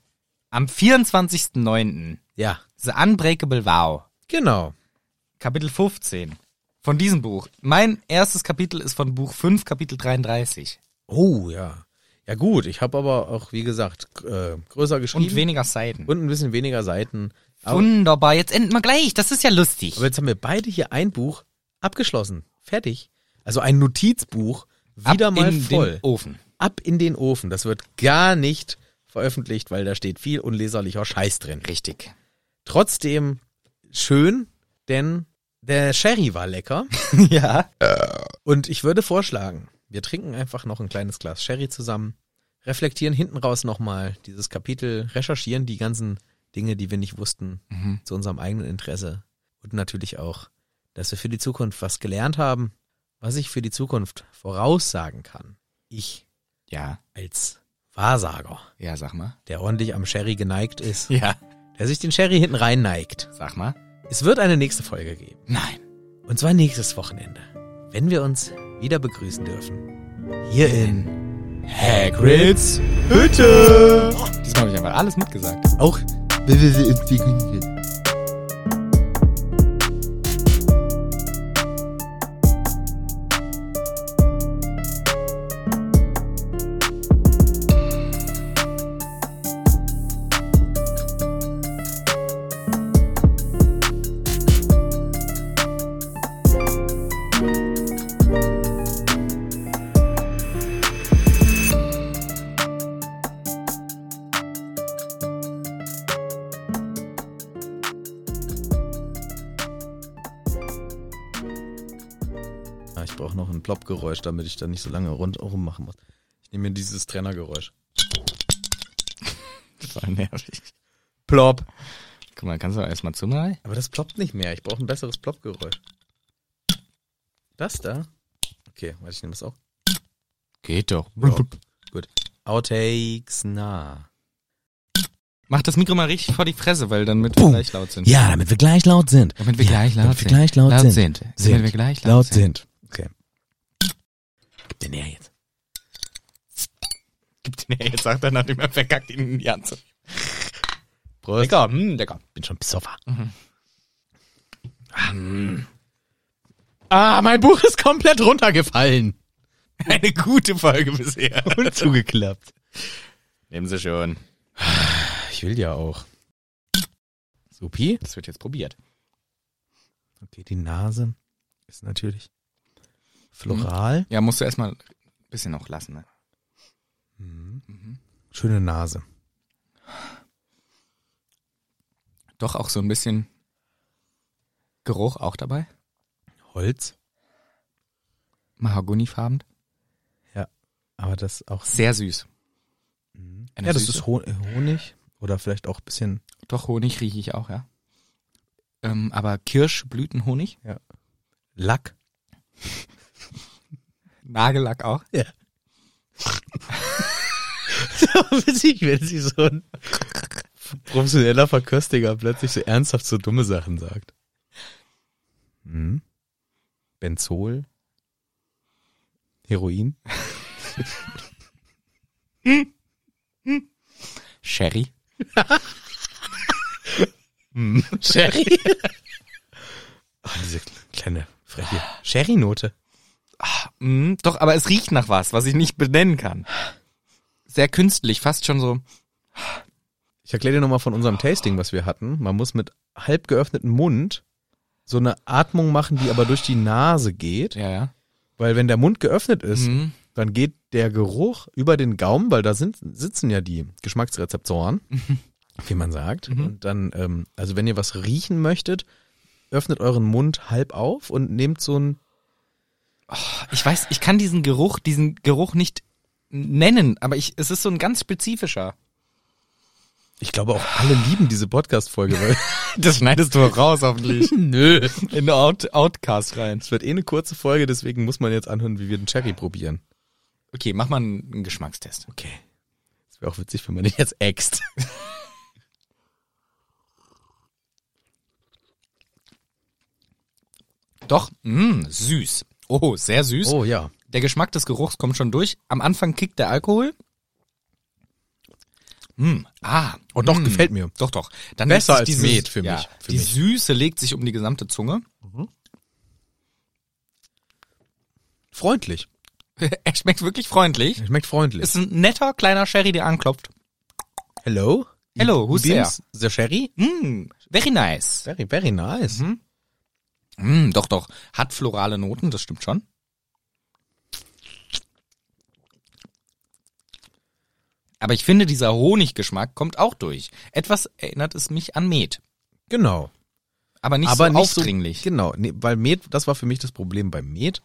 S2: am 24.09.
S1: Ja,
S2: The Unbreakable Vow.
S1: genau.
S2: Kapitel 15 von diesem Buch. Mein erstes Kapitel ist von Buch 5, Kapitel 33.
S1: Oh, ja. Ja gut, ich habe aber auch, wie gesagt, g- äh, größer geschrieben.
S2: Und weniger Seiten.
S1: und ein bisschen weniger Seiten. Aber,
S2: Wunderbar, jetzt enden wir gleich. Das ist ja lustig.
S1: aber jetzt haben wir beide hier ein Buch abgeschlossen. Fertig. Also ein Notizbuch,
S2: Ab
S1: wieder mal
S2: in
S1: voll.
S2: Den Ofen.
S1: Ab in den Ofen. Das wird gar nicht veröffentlicht, weil da steht viel unleserlicher Scheiß drin.
S2: Richtig.
S1: Trotzdem schön, denn der Sherry war lecker.
S2: ja.
S1: Und ich würde vorschlagen, wir trinken einfach noch ein kleines Glas Sherry zusammen, reflektieren hinten raus nochmal dieses Kapitel, recherchieren die ganzen Dinge, die wir nicht wussten,
S2: Mhm.
S1: zu unserem eigenen Interesse. Und natürlich auch, dass wir für die Zukunft was gelernt haben, was ich für die Zukunft voraussagen kann. Ich
S2: Ja.
S1: als Wahrsager,
S2: Ja, sag mal.
S1: der ordentlich am Sherry geneigt ist,
S2: Ja.
S1: der sich den Sherry hinten rein neigt.
S2: Sag mal.
S1: Es wird eine nächste Folge geben.
S2: Nein.
S1: Und zwar nächstes Wochenende, wenn wir uns wieder begrüßen dürfen. Hier in Hagrid's Hütte.
S2: Diesmal habe ich einfach alles mitgesagt.
S1: Auch Ah, ich brauche noch ein Plop-Geräusch, damit ich da nicht so lange rundherum machen muss. Ich nehme mir dieses Trennergeräusch.
S2: Voll nervig.
S1: Plop.
S2: Guck mal, kannst du erstmal zumal?
S1: Aber das ploppt nicht mehr. Ich brauche ein besseres Plop-Geräusch. Das da? Okay, warte, ich nehme das auch.
S2: Geht doch.
S1: Outtakes nah.
S2: Mach das Mikro mal richtig vor die Fresse, weil dann mit
S4: Boom.
S2: gleich laut sind.
S4: Ja, damit wir gleich laut sind.
S2: Damit wir
S4: ja,
S2: gleich laut
S4: damit wir
S2: sind.
S4: gleich laut sind. Sind.
S2: Damit wir gleich laut,
S4: Laut
S2: sind.
S4: sind.
S1: Okay.
S4: Gib den her jetzt.
S2: Gibt den her, jetzt sagt er, nachdem er verkackt ihn in die Hand.
S1: Prost.
S2: Lecker, mh, lecker.
S4: Bin schon Psoffer.
S2: Hm.
S1: Ah, mein Buch ist komplett runtergefallen.
S2: Eine gute Folge bisher.
S1: Und zugeklappt.
S2: Nehmen Sie schon.
S1: Ich will ja auch. Supi?
S2: Das wird jetzt probiert.
S1: Okay, die Nase ist natürlich floral.
S2: Ja, musst du erstmal ein bisschen noch lassen, ne?
S1: Schöne Nase.
S2: Doch auch so ein bisschen Geruch auch dabei.
S1: Holz,
S2: Mahagonifarben.
S1: aber das auch.
S2: Sehr süß. Eine
S1: Ja, das
S2: Süße.
S1: ist Hon- äh, Honig oder vielleicht auch ein bisschen.
S2: Doch, Honig rieche ich auch, ja. Ähm, aber Kirschblütenhonig.
S1: Lack.
S2: Nagellack auch.
S1: Witzig, wenn sie so ein professioneller Verköstiger plötzlich so ernsthaft so dumme Sachen sagt. Mhm. Benzol. Heroin.
S2: Sherry.
S1: Sherry. oh, diese kleine freche Sherry-Note.
S2: Mhm, doch, aber es riecht nach was, was ich nicht benennen kann. Sehr künstlich, fast schon so.
S1: Ich erkläre dir nochmal von unserem Tasting, was wir hatten. Man muss mit halb geöffnetem Mund so eine Atmung machen, die aber durch die Nase geht.
S2: Ja, ja.
S1: Weil wenn der Mund geöffnet ist,
S2: Mhm.
S1: dann geht der Geruch über den Gaumen, weil da sind, sitzen ja die Geschmacksrezeptoren, wie man sagt.
S2: Mhm.
S1: Und dann, ähm, also wenn ihr was riechen möchtet, öffnet euren Mund halb auf und nehmt so ein
S2: Ich weiß, ich kann diesen Geruch, diesen Geruch nicht nennen, aber ich, es ist so ein ganz spezifischer.
S1: Ich glaube auch alle lieben diese Podcast-Folge, weil
S2: Das schneidest du raus, hoffentlich.
S1: nö.
S2: In den Out Outcast rein.
S1: Es wird eh eine kurze Folge, deswegen muss man jetzt anhören, wie wir den Cherry probieren.
S2: Okay, mach mal einen, einen Geschmackstest.
S1: Okay. Das wäre auch witzig, wenn man den jetzt äxt.
S2: Doch, mh, süß. Oh, sehr süß.
S1: Oh ja.
S2: Der Geschmack des Geruchs kommt schon durch. Am Anfang kickt der Alkohol. Mm, ah,
S1: Und Oh, doch,
S2: mm.
S1: gefällt mir.
S2: Doch, doch. Dann
S1: Besser
S2: legt sich
S1: als Met für mich, für
S2: die
S1: mich.
S2: Süße legt sich um die gesamte Zunge.
S1: Freundlich.
S2: er schmeckt wirklich freundlich.
S1: Schmeckt freundlich.
S2: Ist ein netter kleiner Sherry, der anklopft.
S1: Hello?
S2: Hello, who's
S1: Beams? The Sherry?
S2: Mm, very nice.
S1: Very, very nice.
S2: Mhm. Mm, doch, doch. Hat florale Noten, das stimmt schon. Aber ich finde, dieser Honiggeschmack kommt auch durch. Etwas erinnert es mich an Met.
S1: Genau.
S2: Aber nicht
S1: Aber
S2: so
S1: nicht
S2: aufdringlich.
S1: so. Genau. Nee, weil Met, das war für mich das Problem bei Met.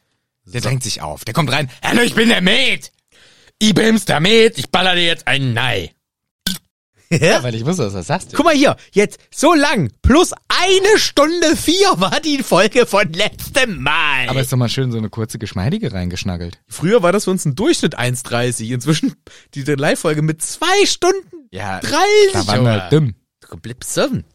S2: der drängt sich auf. Der kommt rein. Hallo, ich bin der Met. Ich bin's der Met. Ich baller dir jetzt einen Nei.
S1: Hä?
S2: Weil ich wusste, dass du das sagst.
S1: Guck mal hier, jetzt so lang, plus eine Stunde vier war die Folge von letztem Mal.
S2: Aber ist doch mal schön so eine kurze, geschmeidige reingeschnaggelt.
S1: früher war das für uns ein Durchschnitt 1,30. Inzwischen diese Live-Folge mit zwei Stunden
S2: Ja,
S1: 30.
S2: da waren wir halt dumm.
S1: Komplett besoffen.